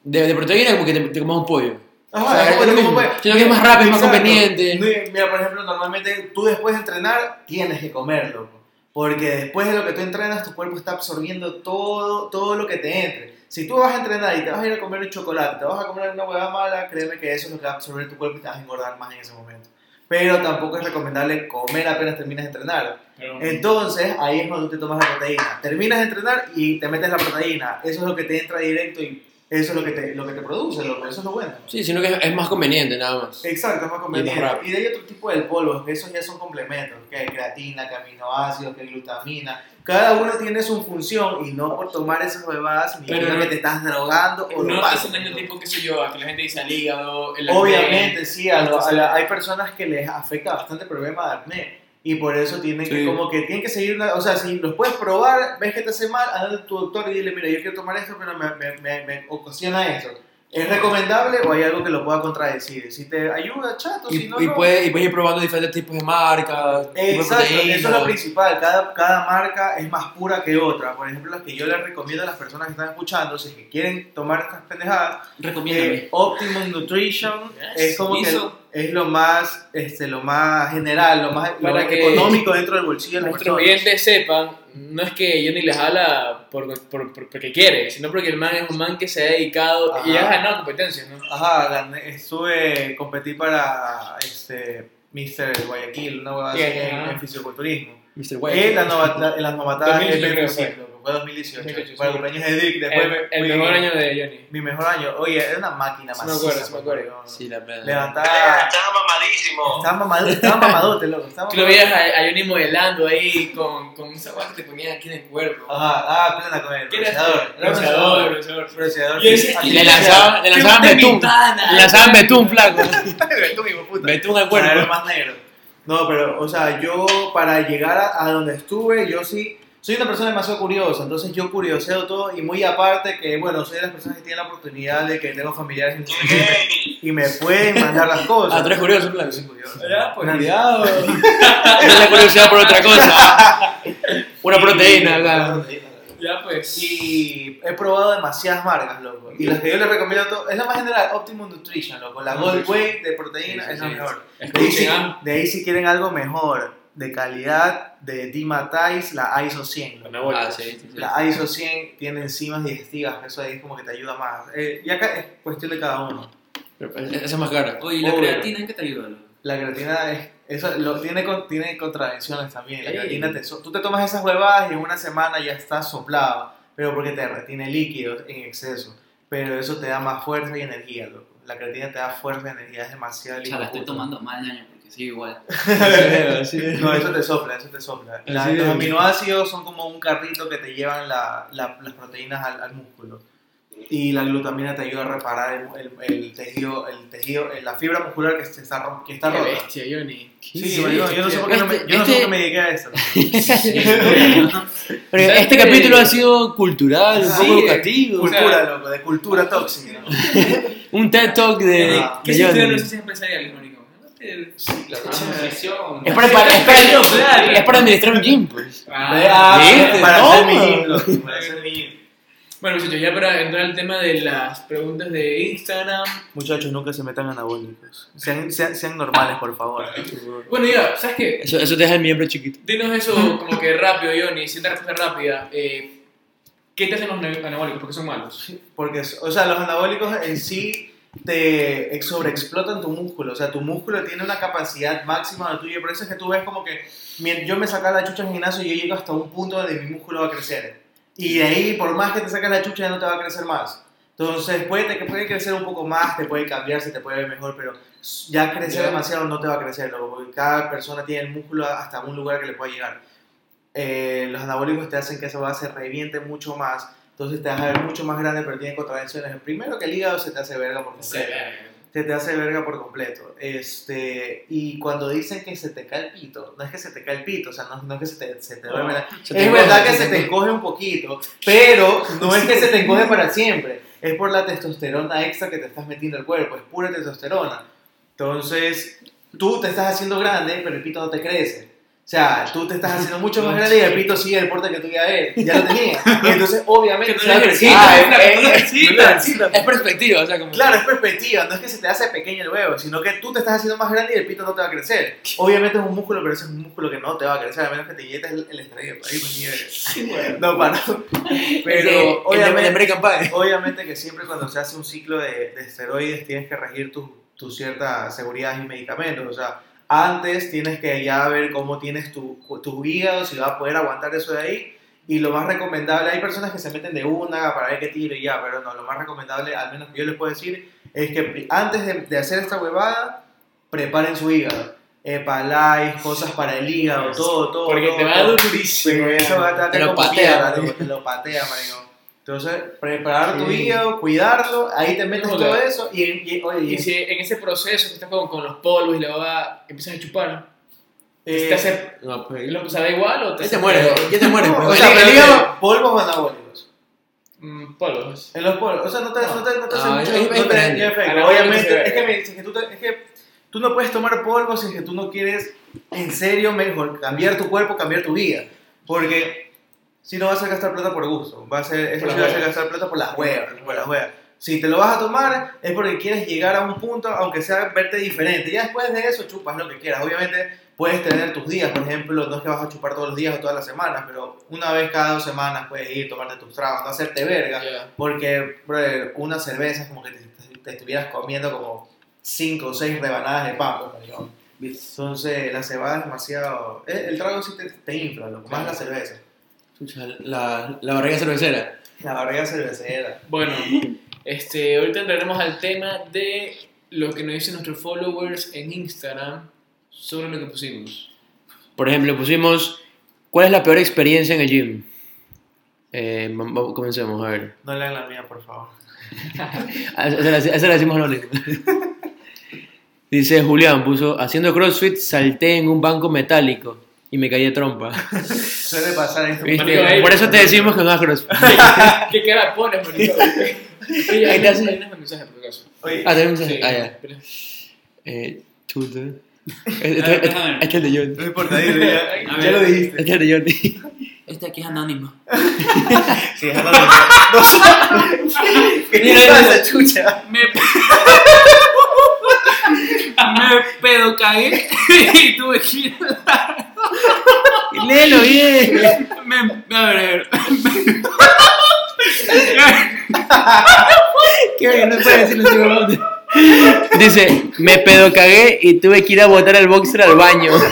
[SPEAKER 4] de, de proteína como que te, te comas un pollo.
[SPEAKER 3] Ajá,
[SPEAKER 4] O sea, es
[SPEAKER 3] como-
[SPEAKER 4] lo
[SPEAKER 3] como
[SPEAKER 4] mismo,
[SPEAKER 3] puede.
[SPEAKER 4] sino que es más rápido, es más
[SPEAKER 3] Exacto.
[SPEAKER 4] conveniente.
[SPEAKER 3] No, y Mira, por ejemplo, normalmente tú después de entrenar tienes que comer, loco. Porque después de lo que tú entrenas, tu cuerpo está absorbiendo todo, todo lo que te entre. Si tú vas a entrenar y te vas a ir a comer un chocolate, te vas a comer una huevada mala, créeme que eso es lo que va a absorber tu cuerpo y te vas a engordar más en ese momento. Pero tampoco es recomendable comer apenas terminas de entrenar.
[SPEAKER 2] Pero...
[SPEAKER 3] Entonces, ahí es cuando tú te tomas la proteína. Terminas de entrenar y te metes la proteína. Eso es lo que te entra directo y eso es lo que te, lo que te produce, loco. Eso es lo bueno.
[SPEAKER 4] Sí, sino que es, es más conveniente nada más.
[SPEAKER 3] Exacto, es más
[SPEAKER 4] Y más
[SPEAKER 3] conveniente.
[SPEAKER 4] rápido.
[SPEAKER 3] Y de ahí otro tipo de polvos, que esos ya son complementos, que hay creatina, que aminoácidos, que hay glutamina. Cada uno tiene su función y no por tomar esas bebadas significa
[SPEAKER 2] Pero no-
[SPEAKER 3] que te estás drogando o
[SPEAKER 2] No
[SPEAKER 3] lo
[SPEAKER 2] te
[SPEAKER 3] pasas,
[SPEAKER 2] hacen daño
[SPEAKER 3] ¿no?
[SPEAKER 2] tipo, qué sé yo, a que la gente dice al hígado, el
[SPEAKER 3] Obviamente, sí, a lo- a la-
[SPEAKER 2] Entonces-
[SPEAKER 3] hay personas que les afecta bastante el problema de acné y por eso tienen que
[SPEAKER 4] Sí.
[SPEAKER 3] como que tienen que seguir una, o sea, si los puedes probar, ves que te hace mal, anda a tu doctor y dile, mira, yo quiero tomar esto, pero me, me, me, me ocasiona eso. ¿Es recomendable o hay algo que lo pueda contradecir? Si te ayuda, chato,
[SPEAKER 4] Y,
[SPEAKER 3] si no,
[SPEAKER 4] y
[SPEAKER 3] no.
[SPEAKER 4] puedes, y puedes ir probando diferentes tipos de marcas. tipos de
[SPEAKER 3] Exacto,
[SPEAKER 4] proteínas.
[SPEAKER 3] eso es lo principal. Cada, cada marca es más pura que otra. Por ejemplo, las que yo les recomiendo a las personas que están escuchando, si es que quieren tomar estas pendejadas,
[SPEAKER 1] Recomiéndame.
[SPEAKER 3] eh, Optimum Nutrition
[SPEAKER 2] Yes.
[SPEAKER 3] es como que
[SPEAKER 1] Liso.
[SPEAKER 3] es lo más, este, lo más general, lo más lo
[SPEAKER 2] Para que
[SPEAKER 3] económico dentro del bolsillo de las
[SPEAKER 2] Nuestros
[SPEAKER 3] personas.
[SPEAKER 2] oyentes sepan, no es que Johnny les habla por, por- por- porque quiere, sino porque el man es un man que se ha dedicado y
[SPEAKER 3] Ajá.
[SPEAKER 2] ha ganado competencias, ¿no?
[SPEAKER 3] Ajá, gané, estuve, competí para este, Mr. Guayaquil, una huevada así
[SPEAKER 2] Bien,
[SPEAKER 3] en,
[SPEAKER 2] ajá.
[SPEAKER 3] en fisioculturismo.
[SPEAKER 4] Mr.
[SPEAKER 3] En la novata- en las novatadas
[SPEAKER 2] 2018
[SPEAKER 3] del
[SPEAKER 2] creo
[SPEAKER 3] ciclo, fue 2018,
[SPEAKER 2] 2018,
[SPEAKER 3] para el
[SPEAKER 2] sí.
[SPEAKER 3] cumpleaños de Dick, después
[SPEAKER 2] El, el
[SPEAKER 3] fui-
[SPEAKER 2] mejor año de Johnny.
[SPEAKER 3] Mi mejor año, oye, era una máquina
[SPEAKER 2] Sí
[SPEAKER 3] más.
[SPEAKER 2] me acuerdo, sí me acuerdo.
[SPEAKER 4] Sí, la verdad.
[SPEAKER 3] Levantaba,
[SPEAKER 5] Estaba mamadísimo.
[SPEAKER 3] estaba mamadote, estaba mamadote, loco, estaba
[SPEAKER 2] Tú lo
[SPEAKER 3] mamadote.
[SPEAKER 2] veías a, a Johnny modelando ahí con, con esa guante que te ponían aquí en el cuerpo.
[SPEAKER 3] Ajá, ah, plena con el
[SPEAKER 2] ¿Quién era?
[SPEAKER 4] este?
[SPEAKER 3] pronunciador.
[SPEAKER 2] Bronceador, bronceador.
[SPEAKER 3] Pronunciador.
[SPEAKER 2] Y ese-
[SPEAKER 4] Y le lanzaban, le lanzaban betún. Le lanzaban
[SPEAKER 3] <laughs>
[SPEAKER 4] betún, flaco.
[SPEAKER 3] Tú, hijo puta.
[SPEAKER 4] Betún al
[SPEAKER 3] Para
[SPEAKER 4] cuerpo.
[SPEAKER 3] ver más negro. No, pero, o sea, yo para llegar a, a donde estuve, yo sí, soy una persona demasiado curiosa, entonces yo curioseo todo y muy aparte que, bueno, soy de las personas que tienen la oportunidad de que tengo familiares en Chile
[SPEAKER 5] Ey,
[SPEAKER 3] y me pueden mandar las cosas.
[SPEAKER 4] Ah, tú eres curioso, flaco.
[SPEAKER 3] Soy curioso.
[SPEAKER 2] Ya, pues,
[SPEAKER 3] Una-
[SPEAKER 2] cuidado.
[SPEAKER 4] <laughs>
[SPEAKER 3] <laughs>
[SPEAKER 4] No la curiosidad por otra cosa. Una proteína, claro.
[SPEAKER 2] Ya, pues.
[SPEAKER 3] Y he probado demasiadas marcas, loco. Y las que yo les recomiendo a todos, es la más general, Optimum Nutrition, loco. La Gold Way de proteína
[SPEAKER 2] Sí, sí,
[SPEAKER 3] es la
[SPEAKER 2] sí.
[SPEAKER 3] mejor. De ahí, si,
[SPEAKER 2] Escuchen, ah.
[SPEAKER 3] de ahí si quieren algo mejor, de calidad, de Dima Thais, la ISO 100. loco.
[SPEAKER 4] Ah, sí, sí, sí.
[SPEAKER 3] La ISO 100 tiene enzimas digestivas, eso ahí es como que te ayuda más. Eh, y acá es cuestión de cada uno.
[SPEAKER 4] Pero Esa es
[SPEAKER 3] <laughs>
[SPEAKER 4] más cara.
[SPEAKER 1] Oye, ¿y la
[SPEAKER 3] Obvio.
[SPEAKER 1] creatina en qué te ayuda? loco?
[SPEAKER 3] La creatina es, eso, lo, tiene, con- tiene contradicciones también. La
[SPEAKER 2] Ey.
[SPEAKER 3] creatina te so- tú te tomas esas huevadas y en una semana ya estás soplado, pero porque te retiene líquidos en exceso. Pero eso te da más fuerza y energía, loco. La creatina te da fuerza y energía, es demasiado
[SPEAKER 1] O sea, la
[SPEAKER 3] hijo
[SPEAKER 1] estoy
[SPEAKER 3] puta.
[SPEAKER 1] tomando mal año porque sí, igual.
[SPEAKER 3] No, eso te sopla, eso te sopla. La-
[SPEAKER 4] Así
[SPEAKER 3] los
[SPEAKER 4] es.
[SPEAKER 3] aminoácidos son como un carrito que te llevan la- la- las proteínas al, al músculo. Y la glutamina te ayuda a reparar el, el- el tejido, el tejido, eh, la fibra muscular que se está, rom- que está
[SPEAKER 2] Qué
[SPEAKER 3] rota.
[SPEAKER 2] bestia, Johnny.
[SPEAKER 3] Sí, marico, yo no sé por qué no me, yo no sé por qué me dediqué a eso.
[SPEAKER 4] Pero
[SPEAKER 2] ¿Sabes
[SPEAKER 4] este
[SPEAKER 2] qué?
[SPEAKER 4] capítulo ha sido cultural, un
[SPEAKER 3] Sí,
[SPEAKER 4] poco educativo.
[SPEAKER 2] o sea-
[SPEAKER 3] Cultura, loco, de cultura tóxica.
[SPEAKER 4] Un TED Talk de,
[SPEAKER 3] Ajá.
[SPEAKER 2] ¿Qué
[SPEAKER 4] de
[SPEAKER 2] se estudian
[SPEAKER 4] Johnny.
[SPEAKER 2] los ciencias empresariales, marico? Sí, claro. Nutrición.
[SPEAKER 4] Es para, para- es, para, es para administrar un gym, pues.
[SPEAKER 2] Ah.
[SPEAKER 4] ¿Viste?
[SPEAKER 3] para hacer mi
[SPEAKER 4] Toma.
[SPEAKER 3] gym, loco, para hacer mi gym.
[SPEAKER 2] Bueno, muchachos, ya para entrar al tema de las preguntas de Instagram.
[SPEAKER 3] Muchachos, nunca se metan anabólicos. Sean, sean, sean normales, por favor.
[SPEAKER 2] Bueno, ya, ¿sabes qué?
[SPEAKER 4] Eso, eso te deja el miembro chiquito.
[SPEAKER 2] Dinos eso como que rápido, Johnny, si te respuesta rápida. Eh, ¿Qué te hacen los ana- anabólicos? ¿Por qué son malos?
[SPEAKER 3] Porque, o sea, los anabólicos en sí te ex- sobreexplotan tu músculo. O sea, tu músculo tiene una capacidad máxima de tuyo. Por eso es que tú ves como que mien- yo me saca la chucha en el gimnasio y yo llego hasta un punto donde mi músculo va a crecer. Y de ahí, por más que te sacas la chucha, ya no te va a crecer más. Entonces, puede, te, puede crecer un poco más, te puede cambiar, se te puede ver mejor, pero s- ya crecer
[SPEAKER 2] Ya.
[SPEAKER 3] demasiado no te va a crecer, loco, porque cada persona tiene el músculo hasta un lugar que le pueda llegar. Eh, los anabólicos te hacen que esa base reviente mucho más entonces te vas a ver mucho más grande, pero tiene contradicciones. El primero que el hígado se te hace verga por completo. Se te hace verga por completo. Este, y cuando dicen que se te cae el pito, no es que se te cae el pito, o sea, no, no es que se te, se te duerme la-
[SPEAKER 4] Se te
[SPEAKER 3] Es
[SPEAKER 4] encoge,
[SPEAKER 3] verdad que se
[SPEAKER 4] encoge.
[SPEAKER 3] te encoge un poquito, pero no es que se te encoge para siempre. Es por la testosterona extra que te estás metiendo al cuerpo, es pura testosterona. Entonces, tú te estás haciendo grande, pero el pito no te crece. O sea, tú te estás haciendo mucho más grande y el pito sigue el porte que tú ya eres, ya lo tenías. Entonces, obviamente,
[SPEAKER 2] Que no
[SPEAKER 3] se va
[SPEAKER 2] le
[SPEAKER 3] a
[SPEAKER 2] Sí,
[SPEAKER 3] crecer.
[SPEAKER 4] Ah,
[SPEAKER 2] no,
[SPEAKER 4] es-
[SPEAKER 2] no,
[SPEAKER 4] es-
[SPEAKER 2] sí,
[SPEAKER 4] es-
[SPEAKER 2] no,
[SPEAKER 4] Es perspectiva, o sea, como.
[SPEAKER 3] Claro, es perspectiva, no es que se te hace pequeño el huevo, sino que tú te estás haciendo más grande y el pito no te va a crecer. Obviamente es un músculo, pero ese es un músculo que no te va a crecer, a menos que te inyectes el, el estrello por ahí, pues nieve. No, Eh, para. <laughs> Pero
[SPEAKER 4] El de- el de- el de
[SPEAKER 3] obviamente,
[SPEAKER 4] American Pie.
[SPEAKER 3] obviamente que siempre cuando se hace un ciclo de, de esteroides tienes que regir tus tu ciertas seguridades y medicamentos. O sea, antes tienes que ya ver cómo tienes tu, tu hígado, si va a poder aguantar eso de ahí. Y lo más recomendable, hay personas que se meten de una para ver qué tiro y ya, pero no, lo más recomendable, al menos que yo les puedo decir, es que pri- antes de, de hacer esta huevada, preparen su hígado. Epalais, cosas para el hígado, todo, todo.
[SPEAKER 2] Porque
[SPEAKER 3] todo,
[SPEAKER 2] te va a
[SPEAKER 3] todo.
[SPEAKER 2] dar durísimo.
[SPEAKER 3] Porque eso va a
[SPEAKER 4] Te
[SPEAKER 3] estar
[SPEAKER 4] lo
[SPEAKER 3] como
[SPEAKER 4] patea,
[SPEAKER 3] piedra,
[SPEAKER 4] marico.
[SPEAKER 3] tipo, te lo patea, marico. Entonces, preparar tu
[SPEAKER 2] Sí.
[SPEAKER 3] hígado, cuidarlo, ahí te metes
[SPEAKER 2] Joder.
[SPEAKER 3] todo eso y, y- oye, y-
[SPEAKER 2] Y si en ese proceso que estás con, con los polvos y la baba empiezas a chupar,
[SPEAKER 3] eh,
[SPEAKER 2] ¿te hace,
[SPEAKER 4] No, pues.
[SPEAKER 2] lo, ¿sabe igual o te
[SPEAKER 4] Ya
[SPEAKER 2] hace
[SPEAKER 4] te mueres, ya te mueres.
[SPEAKER 3] no,
[SPEAKER 4] pues.
[SPEAKER 3] o sea,
[SPEAKER 4] El
[SPEAKER 3] pero
[SPEAKER 4] hígado-
[SPEAKER 3] que polvos o anabólicos.
[SPEAKER 2] Mm, polvos?
[SPEAKER 3] En los polvos, o sea, no te, no te, no te hace
[SPEAKER 4] No, Ah,
[SPEAKER 3] mucho,
[SPEAKER 4] es- es
[SPEAKER 3] no te
[SPEAKER 4] diferente.
[SPEAKER 3] daña efecto.
[SPEAKER 2] Anabólico se
[SPEAKER 3] Obviamente,
[SPEAKER 2] ve.
[SPEAKER 3] es que, me- es que tú te- es que tú no puedes tomar polvo si es que tú no quieres, en serio, mejor cambiar tu cuerpo, cambiar tu vida. Porque si no vas a gastar plata por gusto, va a ser, eso
[SPEAKER 2] Por
[SPEAKER 3] sí
[SPEAKER 2] las
[SPEAKER 3] vas a
[SPEAKER 2] huevas.
[SPEAKER 3] gastar plata por las huevas, por las huevas. O Si te lo vas a tomar es porque quieres llegar a un punto, aunque sea verte diferente. Ya después de eso chupas lo que quieras. Obviamente puedes tener tus días, por ejemplo, no es que vas a chupar todos los días o todas las semanas, pero una vez cada dos semanas puedes ir, tomarte tus tragos, no hacerte verga.
[SPEAKER 2] Ya.
[SPEAKER 3] Porque, brother, una cerveza es como que te, te- te estuvieras comiendo como 5 o 6 rebanadas de pan. pues, maricón. Entonces, la cebada es demasiado. eh, El trago sí te, te infla, loco, más la cerveza.
[SPEAKER 4] Chucha, la, la barriga cervecera.
[SPEAKER 3] La barriga cervecera.
[SPEAKER 2] Bueno, este, ahorita entraremos al tema de lo que nos dicen nuestros followers en Instagram sobre lo que pusimos.
[SPEAKER 4] Por ejemplo, pusimos, ¿cuál es la peor experiencia en el gym? Eh, va- va- comencemos, a ver.
[SPEAKER 3] No le hagan la mía, por favor.
[SPEAKER 4] Ah, Esa la- esa la
[SPEAKER 3] <laughs>
[SPEAKER 4] decimos anónimo. Dice Julián, puso, haciendo crossfit salté en un banco metálico y me caí
[SPEAKER 3] <laughs>
[SPEAKER 4] de trompa.
[SPEAKER 3] Suele pasar esto.
[SPEAKER 4] ¿Viste? Por eso te decimos que no hagas crossfit.
[SPEAKER 2] ¿Qué cara pones,
[SPEAKER 4] <laughs>
[SPEAKER 2] marico? Oye,
[SPEAKER 4] Ahí
[SPEAKER 2] ahí
[SPEAKER 4] te hace-
[SPEAKER 2] ahí nos mensaje por acaso.
[SPEAKER 3] Oye,
[SPEAKER 4] Ah, tenemos
[SPEAKER 2] Sí,
[SPEAKER 4] Ah, ya.
[SPEAKER 2] espera.
[SPEAKER 4] Eh,
[SPEAKER 3] <laughs>
[SPEAKER 4] chuta. Este, este- este- este es el de Johnny.
[SPEAKER 3] Ah, no importa, dile, ya,
[SPEAKER 1] A
[SPEAKER 3] ya
[SPEAKER 1] ver.
[SPEAKER 3] lo dijiste. <laughs>
[SPEAKER 4] Este es el de Johnny.
[SPEAKER 1] Este aquí es anónimo.
[SPEAKER 3] Sí, es algo de- No <laughs> sé. ¿Qué
[SPEAKER 1] Mira,
[SPEAKER 3] pasa, chucha?
[SPEAKER 1] Me, me pedo cagué y tuve que ir.
[SPEAKER 4] <laughs> Léelo bien.
[SPEAKER 1] Me, a ver, a ver.
[SPEAKER 4] Qué bien, no puede decirlo sin dónde. Dice, me pedo cagué y tuve que ir a botar el boxer
[SPEAKER 3] <laughs>
[SPEAKER 4] al baño. <laughs>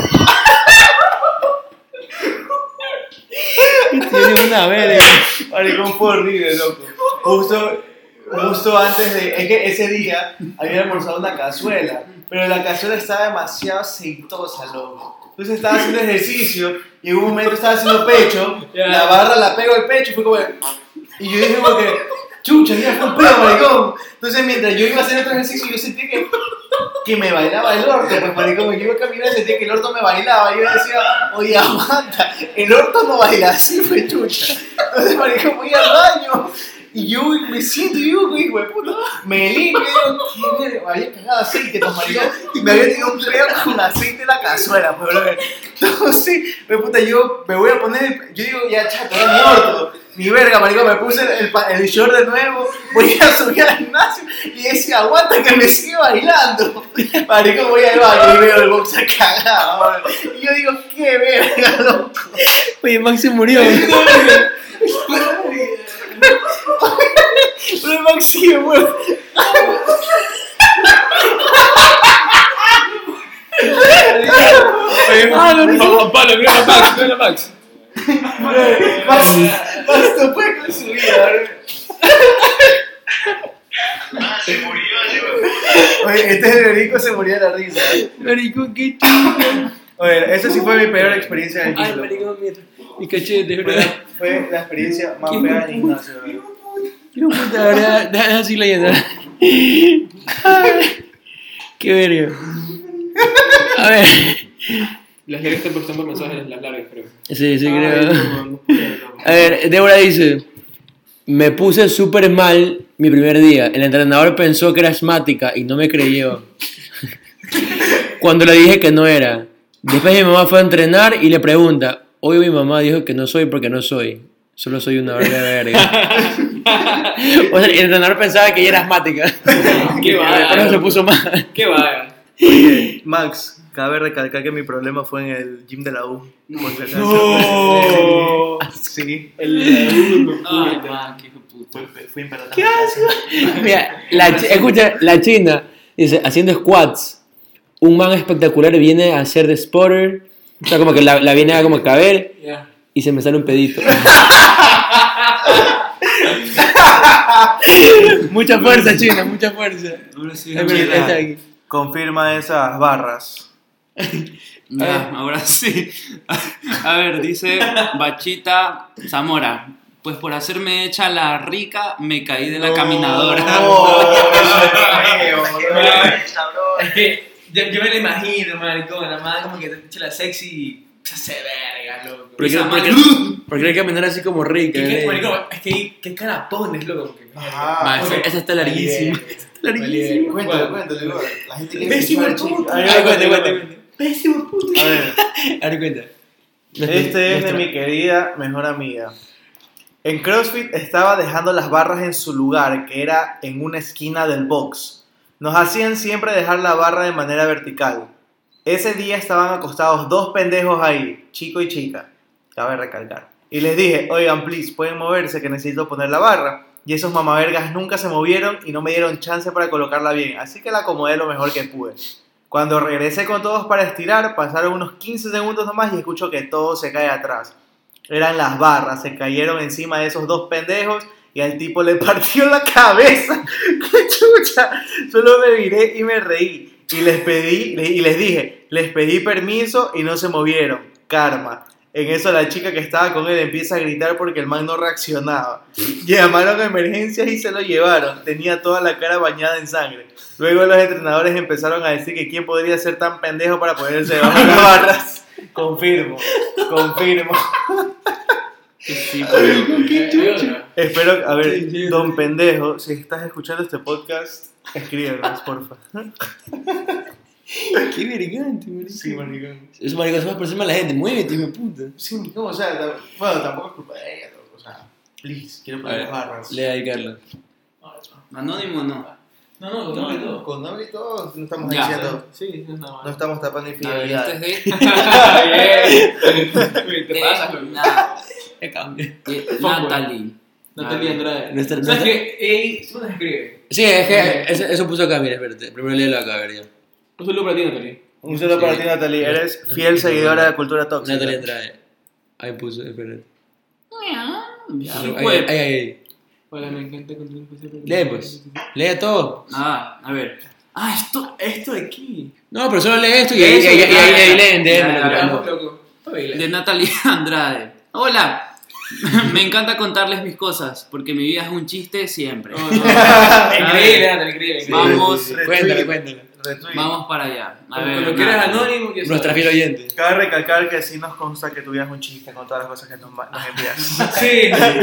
[SPEAKER 4] Tiene una verga.
[SPEAKER 3] Maricón fue horrible, loco. Justo, justo antes de. Es que ese día había almorzado una cazuela, pero la cazuela estaba demasiado aceitosa, loco. Entonces estaba haciendo ejercicio y en un momento estaba haciendo pecho,
[SPEAKER 2] Ya.
[SPEAKER 3] la barra la pego al pecho y fue como. de- Y yo dije, como que. Chucha, mira, fue un pedo, maricón. Entonces mientras yo iba a hacer otro ejercicio, yo sentí que. Que me bailaba el orto, pues maricón, yo iba caminando y sentía que el orto me bailaba. Yo decía, oye, aguanta, el orto no baila así, fue chucha. Entonces, marico, voy al baño. Y yo me siento, y yo, güey, güey, puta, me limpio, y digo, "Qué verga, me había cagado aceite, pues, marico, y me había tenido un pedo con aceite en la cazuela, pues, <laughs> brother. Entonces, me puta, yo me voy a poner, yo digo, ya, chato, ya muerto, mi verga, marico, me puse el, pa- el short de nuevo, voy a subir al gimnasio, y decía, aguanta que me sigue bailando. Marico, voy al baño y veo el boxer cagado, brother. y yo digo, qué verga, loco.
[SPEAKER 4] Oye, Maxi murió.
[SPEAKER 3] <laughs> Pero el Max sigue pues, muerto.
[SPEAKER 4] Ah, no, no.
[SPEAKER 2] Vamos, Pablo, mira a Max, mira a Max.
[SPEAKER 3] Max, Max no puede con su vida, bro.
[SPEAKER 5] Ah, se murió,
[SPEAKER 3] Oye, este <laughs> Federico se moría de la risa. ¿eh?
[SPEAKER 4] Marico, qué chido.
[SPEAKER 3] Oye, esa sí fue mi peor experiencia en el
[SPEAKER 4] Ay,
[SPEAKER 3] gym, loco.
[SPEAKER 4] marico, mira. Mi
[SPEAKER 3] Fue
[SPEAKER 4] cachete, <laughs> bro.
[SPEAKER 3] la- Fue la experiencia más fea del gimnasio, bro.
[SPEAKER 4] Quiero puta, ahora deja así leyendo. Qué <laughs> verga. A ver.
[SPEAKER 2] Las que te gustan por mensajes las largas, creo.
[SPEAKER 4] Sí, sí,
[SPEAKER 3] Ay,
[SPEAKER 4] creo.
[SPEAKER 3] no, no pude, loco.
[SPEAKER 4] A ver, Débora dice: Me puse súper mal mi primer día. El entrenador pensó que era asmática y no me creyó. <laughs> Cuando le dije que no era. Después mi mamá fue a entrenar y le pregunta: Hoy mi mamá dijo que no soy porque no soy. Solo soy una verga de verga. <laughs> o sea, el entrenador pensaba que ella era asmática.
[SPEAKER 2] Qué
[SPEAKER 4] Por eso se
[SPEAKER 2] vaga.
[SPEAKER 4] puso mal.
[SPEAKER 2] Qué vaga.
[SPEAKER 3] Oye, Max, cabe recalcar que mi problema fue en el gym de la U. por si acaso.
[SPEAKER 2] No.
[SPEAKER 3] Sí,
[SPEAKER 2] El
[SPEAKER 1] Ay, man, qué hijo de puta.
[SPEAKER 3] fui, fui en pelota. ¿Qué haces?
[SPEAKER 4] <laughs> Mira, la, chi- escucha, la china dice, haciendo squats, un man espectacular viene a hacer de spotter, o sea, como que la, la viene a como caber
[SPEAKER 2] Ya.
[SPEAKER 4] y se me sale un <laughs> pedito. mucha fuerza, china, mucha fuerza.
[SPEAKER 1] Ahora sí.
[SPEAKER 4] <laughs> Es verdad, está aquí.
[SPEAKER 3] Confirma esas barras.
[SPEAKER 1] Ya, ahora sí. A ver, dice Bachita Zamora. Pues por hacerme hecha la rica, me caí de la
[SPEAKER 3] <laughs>
[SPEAKER 1] caminadora.
[SPEAKER 3] Oh.
[SPEAKER 4] <laughs>
[SPEAKER 2] Es que yo, yo me la imagino, maricón, la madre como que te echa la sexy y se hace verga, loco.
[SPEAKER 4] ¿Por qué-
[SPEAKER 1] Esa
[SPEAKER 4] por
[SPEAKER 1] madre-
[SPEAKER 4] qué- por qué hay que caminar así como rica?
[SPEAKER 2] ¿Qué, qué,
[SPEAKER 4] eh?
[SPEAKER 2] maricón, es que qué cara pones, loco. Como que,
[SPEAKER 3] Ah,
[SPEAKER 4] Ma, esa, esa está larguísima.
[SPEAKER 2] Larguísimo.
[SPEAKER 3] Cuéntale, cuéntale, güey. La gente quiere
[SPEAKER 2] Pésimo
[SPEAKER 3] escuchar el
[SPEAKER 2] puto.
[SPEAKER 3] chiste.
[SPEAKER 4] Ay, cuente, cuente, cuente.
[SPEAKER 3] A ver,
[SPEAKER 4] A ver, cuenta.
[SPEAKER 3] este es de
[SPEAKER 4] Nuestra-
[SPEAKER 3] mi querida mejor amiga. En CrossFit estaba dejando las barras en su lugar, que era en una esquina del box. Nos hacían siempre dejar la barra de manera vertical. Ese día estaban acostados dos pendejos ahí, chico y chica. Cabe recalcar. Y les dije, oigan, please, pueden moverse, que necesito poner la barra. Y esos mamavergas nunca se movieron y no me dieron chance para colocarla bien, así que la acomodé lo mejor que pude. Cuando regresé con todos para estirar, pasaron unos 15 segundos nomás y escucho que todo se cae atrás. Eran las barras, se cayeron encima de esos dos pendejos y al tipo le <laughs> partió la cabeza. <laughs> ¡Qué chucha! Solo me miré y me reí. Y les pedí, y les dije, les pedí permiso y no se movieron. Karma. En eso la chica que estaba con él empieza a gritar porque el man no reaccionaba. <laughs> Llamaron a emergencias y se lo llevaron. Tenía toda la cara bañada en sangre. Luego los entrenadores empezaron a decir que quién podría ser tan pendejo para ponerse debajo de <laughs> las barras. Confirmo, confirmo.
[SPEAKER 1] Sí,
[SPEAKER 3] Espero, a ver, don pendejo, si estás escuchando este podcast, escríbenos, porfa.
[SPEAKER 4] Este, Qué vergante, marico.
[SPEAKER 3] Sí, maricón.
[SPEAKER 4] Esos maricos se van a aproximar a la gente. Muévete, hijo de puta.
[SPEAKER 3] Sí, maricón, o sea, tam- bueno, tampoco es culpa de ella, loco, o sea, please, quiero
[SPEAKER 4] A
[SPEAKER 3] poner
[SPEAKER 4] ver,
[SPEAKER 3] las barras.
[SPEAKER 4] Lea ahí, Carlos.
[SPEAKER 1] Anónimo no.
[SPEAKER 2] No, no,
[SPEAKER 3] No,
[SPEAKER 2] no,
[SPEAKER 3] no, con nombre y todo, no estamos
[SPEAKER 1] Ya.
[SPEAKER 3] diciendo,
[SPEAKER 2] Sí, no es nada
[SPEAKER 3] no
[SPEAKER 2] más.
[SPEAKER 3] estamos tapando
[SPEAKER 1] Antes <laughs>
[SPEAKER 3] infidelidades.
[SPEAKER 1] de...
[SPEAKER 2] <laughs> Bien. Te pasas, güey.
[SPEAKER 1] Na-
[SPEAKER 4] Ya cambia.
[SPEAKER 1] de
[SPEAKER 2] Fuckboy.
[SPEAKER 1] Natalie.
[SPEAKER 2] Natalia Andrade.
[SPEAKER 4] Ah, Nuestra-
[SPEAKER 2] ¿Sabes qué? Ey, ¿cómo te escribe?
[SPEAKER 4] Sí, es que eso, eso puso acá, mira, espérate. Primero léelo acá, a ver ya.
[SPEAKER 2] Un saludo para ti, Natalia.
[SPEAKER 3] Un saludo para ti, Natalie, eres fiel seguidora de Cultura Tóxica.
[SPEAKER 4] Natalia Andrade. Ahí puso, espérate.
[SPEAKER 1] Ya,
[SPEAKER 4] Ahí, ahí,
[SPEAKER 1] pues.
[SPEAKER 4] ahí, ahí.
[SPEAKER 2] Hola, me encanta contigo. pues.
[SPEAKER 4] Lee, pues. Lee todo.
[SPEAKER 1] Ah, a ver. Ah, esto, esto de aquí.
[SPEAKER 4] No, pero solo lee esto y
[SPEAKER 1] Eso,
[SPEAKER 4] ahí, ahí,
[SPEAKER 1] ya,
[SPEAKER 4] ahí, ahí,
[SPEAKER 1] ya,
[SPEAKER 4] ahí
[SPEAKER 1] ya. Ya,
[SPEAKER 4] leen, leen,
[SPEAKER 1] ya,
[SPEAKER 4] leen,
[SPEAKER 1] ya.
[SPEAKER 2] Hablamos,
[SPEAKER 4] leen.
[SPEAKER 2] loco. Pabila.
[SPEAKER 1] De Natalia <laughs> Andrade. Hola. <laughs> Me encanta contarles mis cosas, porque mi vida es un chiste siempre.
[SPEAKER 2] No, Oh, no, no. <laughs> Increíble, Natalia, increíble.
[SPEAKER 1] Sí. Vamos.
[SPEAKER 3] Retweet,
[SPEAKER 4] Cuéntale, cuéntale.
[SPEAKER 3] retweet.
[SPEAKER 1] Vamos para allá. A ver,
[SPEAKER 2] Lo que eres
[SPEAKER 1] Natalie.
[SPEAKER 2] anónimo, que
[SPEAKER 4] Nuestra fiel oyente.
[SPEAKER 3] Cabe recalcar que sí nos consta que tuvieras un chiste con todas las cosas que nos, nos <laughs> envías.
[SPEAKER 2] <laughs> Sí,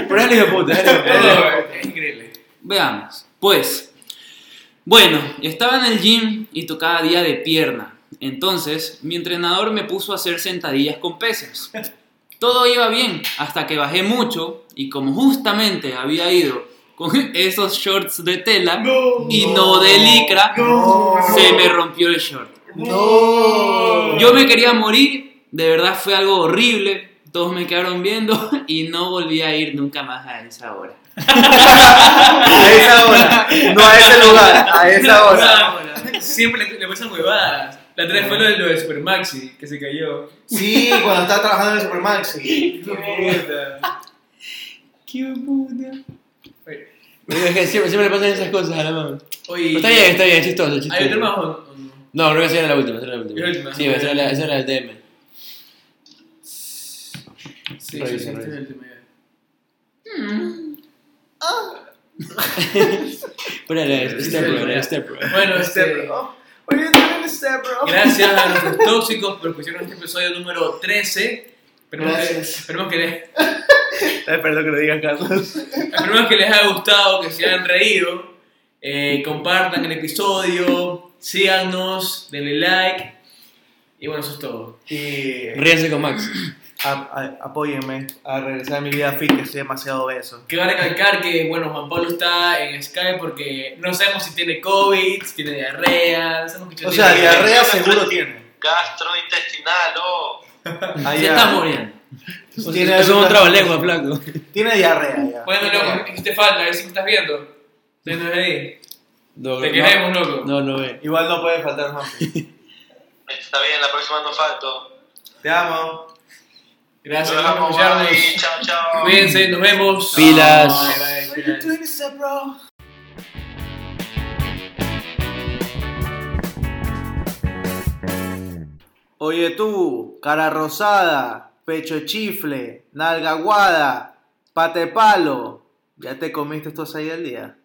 [SPEAKER 4] Pero es hijo de puta.
[SPEAKER 2] es increíble.
[SPEAKER 1] Veamos. Pues, bueno, estaba en el gym y tocaba día de pierna. Entonces, mi entrenador me puso a hacer sentadillas con pesas. Todo iba bien hasta que bajé mucho y como justamente había ido con <laughs> esos shorts de tela y no de licra, se me rompió el short.
[SPEAKER 3] ¡No!
[SPEAKER 1] Yo me quería morir, de verdad fue algo horrible. Todos me quedaron viendo <laughs> y no volví a ir nunca más a esa hora.
[SPEAKER 3] A esa hora, no a ese lugar, a esa hora.
[SPEAKER 2] Ahora, Siempre le, le pasan huevadas. La otra vez fue lo de, lo de Supermaxi, que se cayó.
[SPEAKER 3] Sí, cuando estaba trabajando en el Supermaxi.
[SPEAKER 2] Puta.
[SPEAKER 4] Qué puta. Bueno, es que siempre, siempre le pasan esas cosas a la mamá.
[SPEAKER 2] Oye,
[SPEAKER 4] Pero está bien, está bien, chistoso, chistoso.
[SPEAKER 2] ¿Hay otro más o o no?
[SPEAKER 4] No, creo que esa era la última, esa era la última.
[SPEAKER 2] La última.
[SPEAKER 4] Sí, esa era la, esa era la DM.
[SPEAKER 2] Sí, sí, sí,
[SPEAKER 4] Revisa, revisa.
[SPEAKER 2] este es el último ya.
[SPEAKER 4] Pero era Step Bro, era Step Bro.
[SPEAKER 2] Bueno,
[SPEAKER 3] Step <laughs>
[SPEAKER 2] este,
[SPEAKER 3] bro. What are you doing, Step bro?
[SPEAKER 2] gracias a nuestros tóxicos por escucharnos este episodio número 13. Esperemos que,
[SPEAKER 3] Gracias.
[SPEAKER 2] esperemos, que les,
[SPEAKER 3] Ay, perdón que lo digan, Carlos.
[SPEAKER 2] esperemos que les haya gustado, que se hayan reído. Eh, compartan el episodio, síganos, denle like. Y bueno, eso es todo.
[SPEAKER 3] Y
[SPEAKER 4] Ríanse con Max.
[SPEAKER 3] a- a- apóyenme a regresar a mi vida fit, que estoy demasiado obeso.
[SPEAKER 2] Que va a recalcar que, bueno, Juan Pablo está en Skype porque no sabemos si tiene COVID, si tiene diarrea, no sabemos qué
[SPEAKER 3] O
[SPEAKER 2] chucha
[SPEAKER 3] sea,
[SPEAKER 2] tiene.
[SPEAKER 3] diarrea seguro tiene.
[SPEAKER 5] Gastrointestinal, oh.
[SPEAKER 3] Ah,
[SPEAKER 1] Se
[SPEAKER 3] ya.
[SPEAKER 1] está muriendo.
[SPEAKER 3] Tiene,
[SPEAKER 4] Eso es un
[SPEAKER 3] alguna-
[SPEAKER 4] trabalengua, flaco.
[SPEAKER 3] tiene diarrea ya.
[SPEAKER 2] Bueno, loco, hiciste falta, a ver si me estás viendo. Te nos ahí.
[SPEAKER 4] No,
[SPEAKER 2] Te
[SPEAKER 4] no.
[SPEAKER 2] queremos, loco.
[SPEAKER 4] No, no ve.
[SPEAKER 3] Igual no puede faltar, Humphrey.
[SPEAKER 5] Está bien, la próxima no falto.
[SPEAKER 3] Te amo.
[SPEAKER 2] Gracias
[SPEAKER 5] Nos
[SPEAKER 2] por
[SPEAKER 5] vemos,
[SPEAKER 2] escucharnos.
[SPEAKER 5] bye. Chao, chao.
[SPEAKER 2] Cuídense, nos vemos. Bye,
[SPEAKER 4] Pilas.
[SPEAKER 2] bye,
[SPEAKER 3] What are you
[SPEAKER 2] pilas.
[SPEAKER 3] doing, Step bro? Oye tú, cara rosada, pecho chifle, nalga guada, pate palo, ¿ya te comiste estos ahí al día?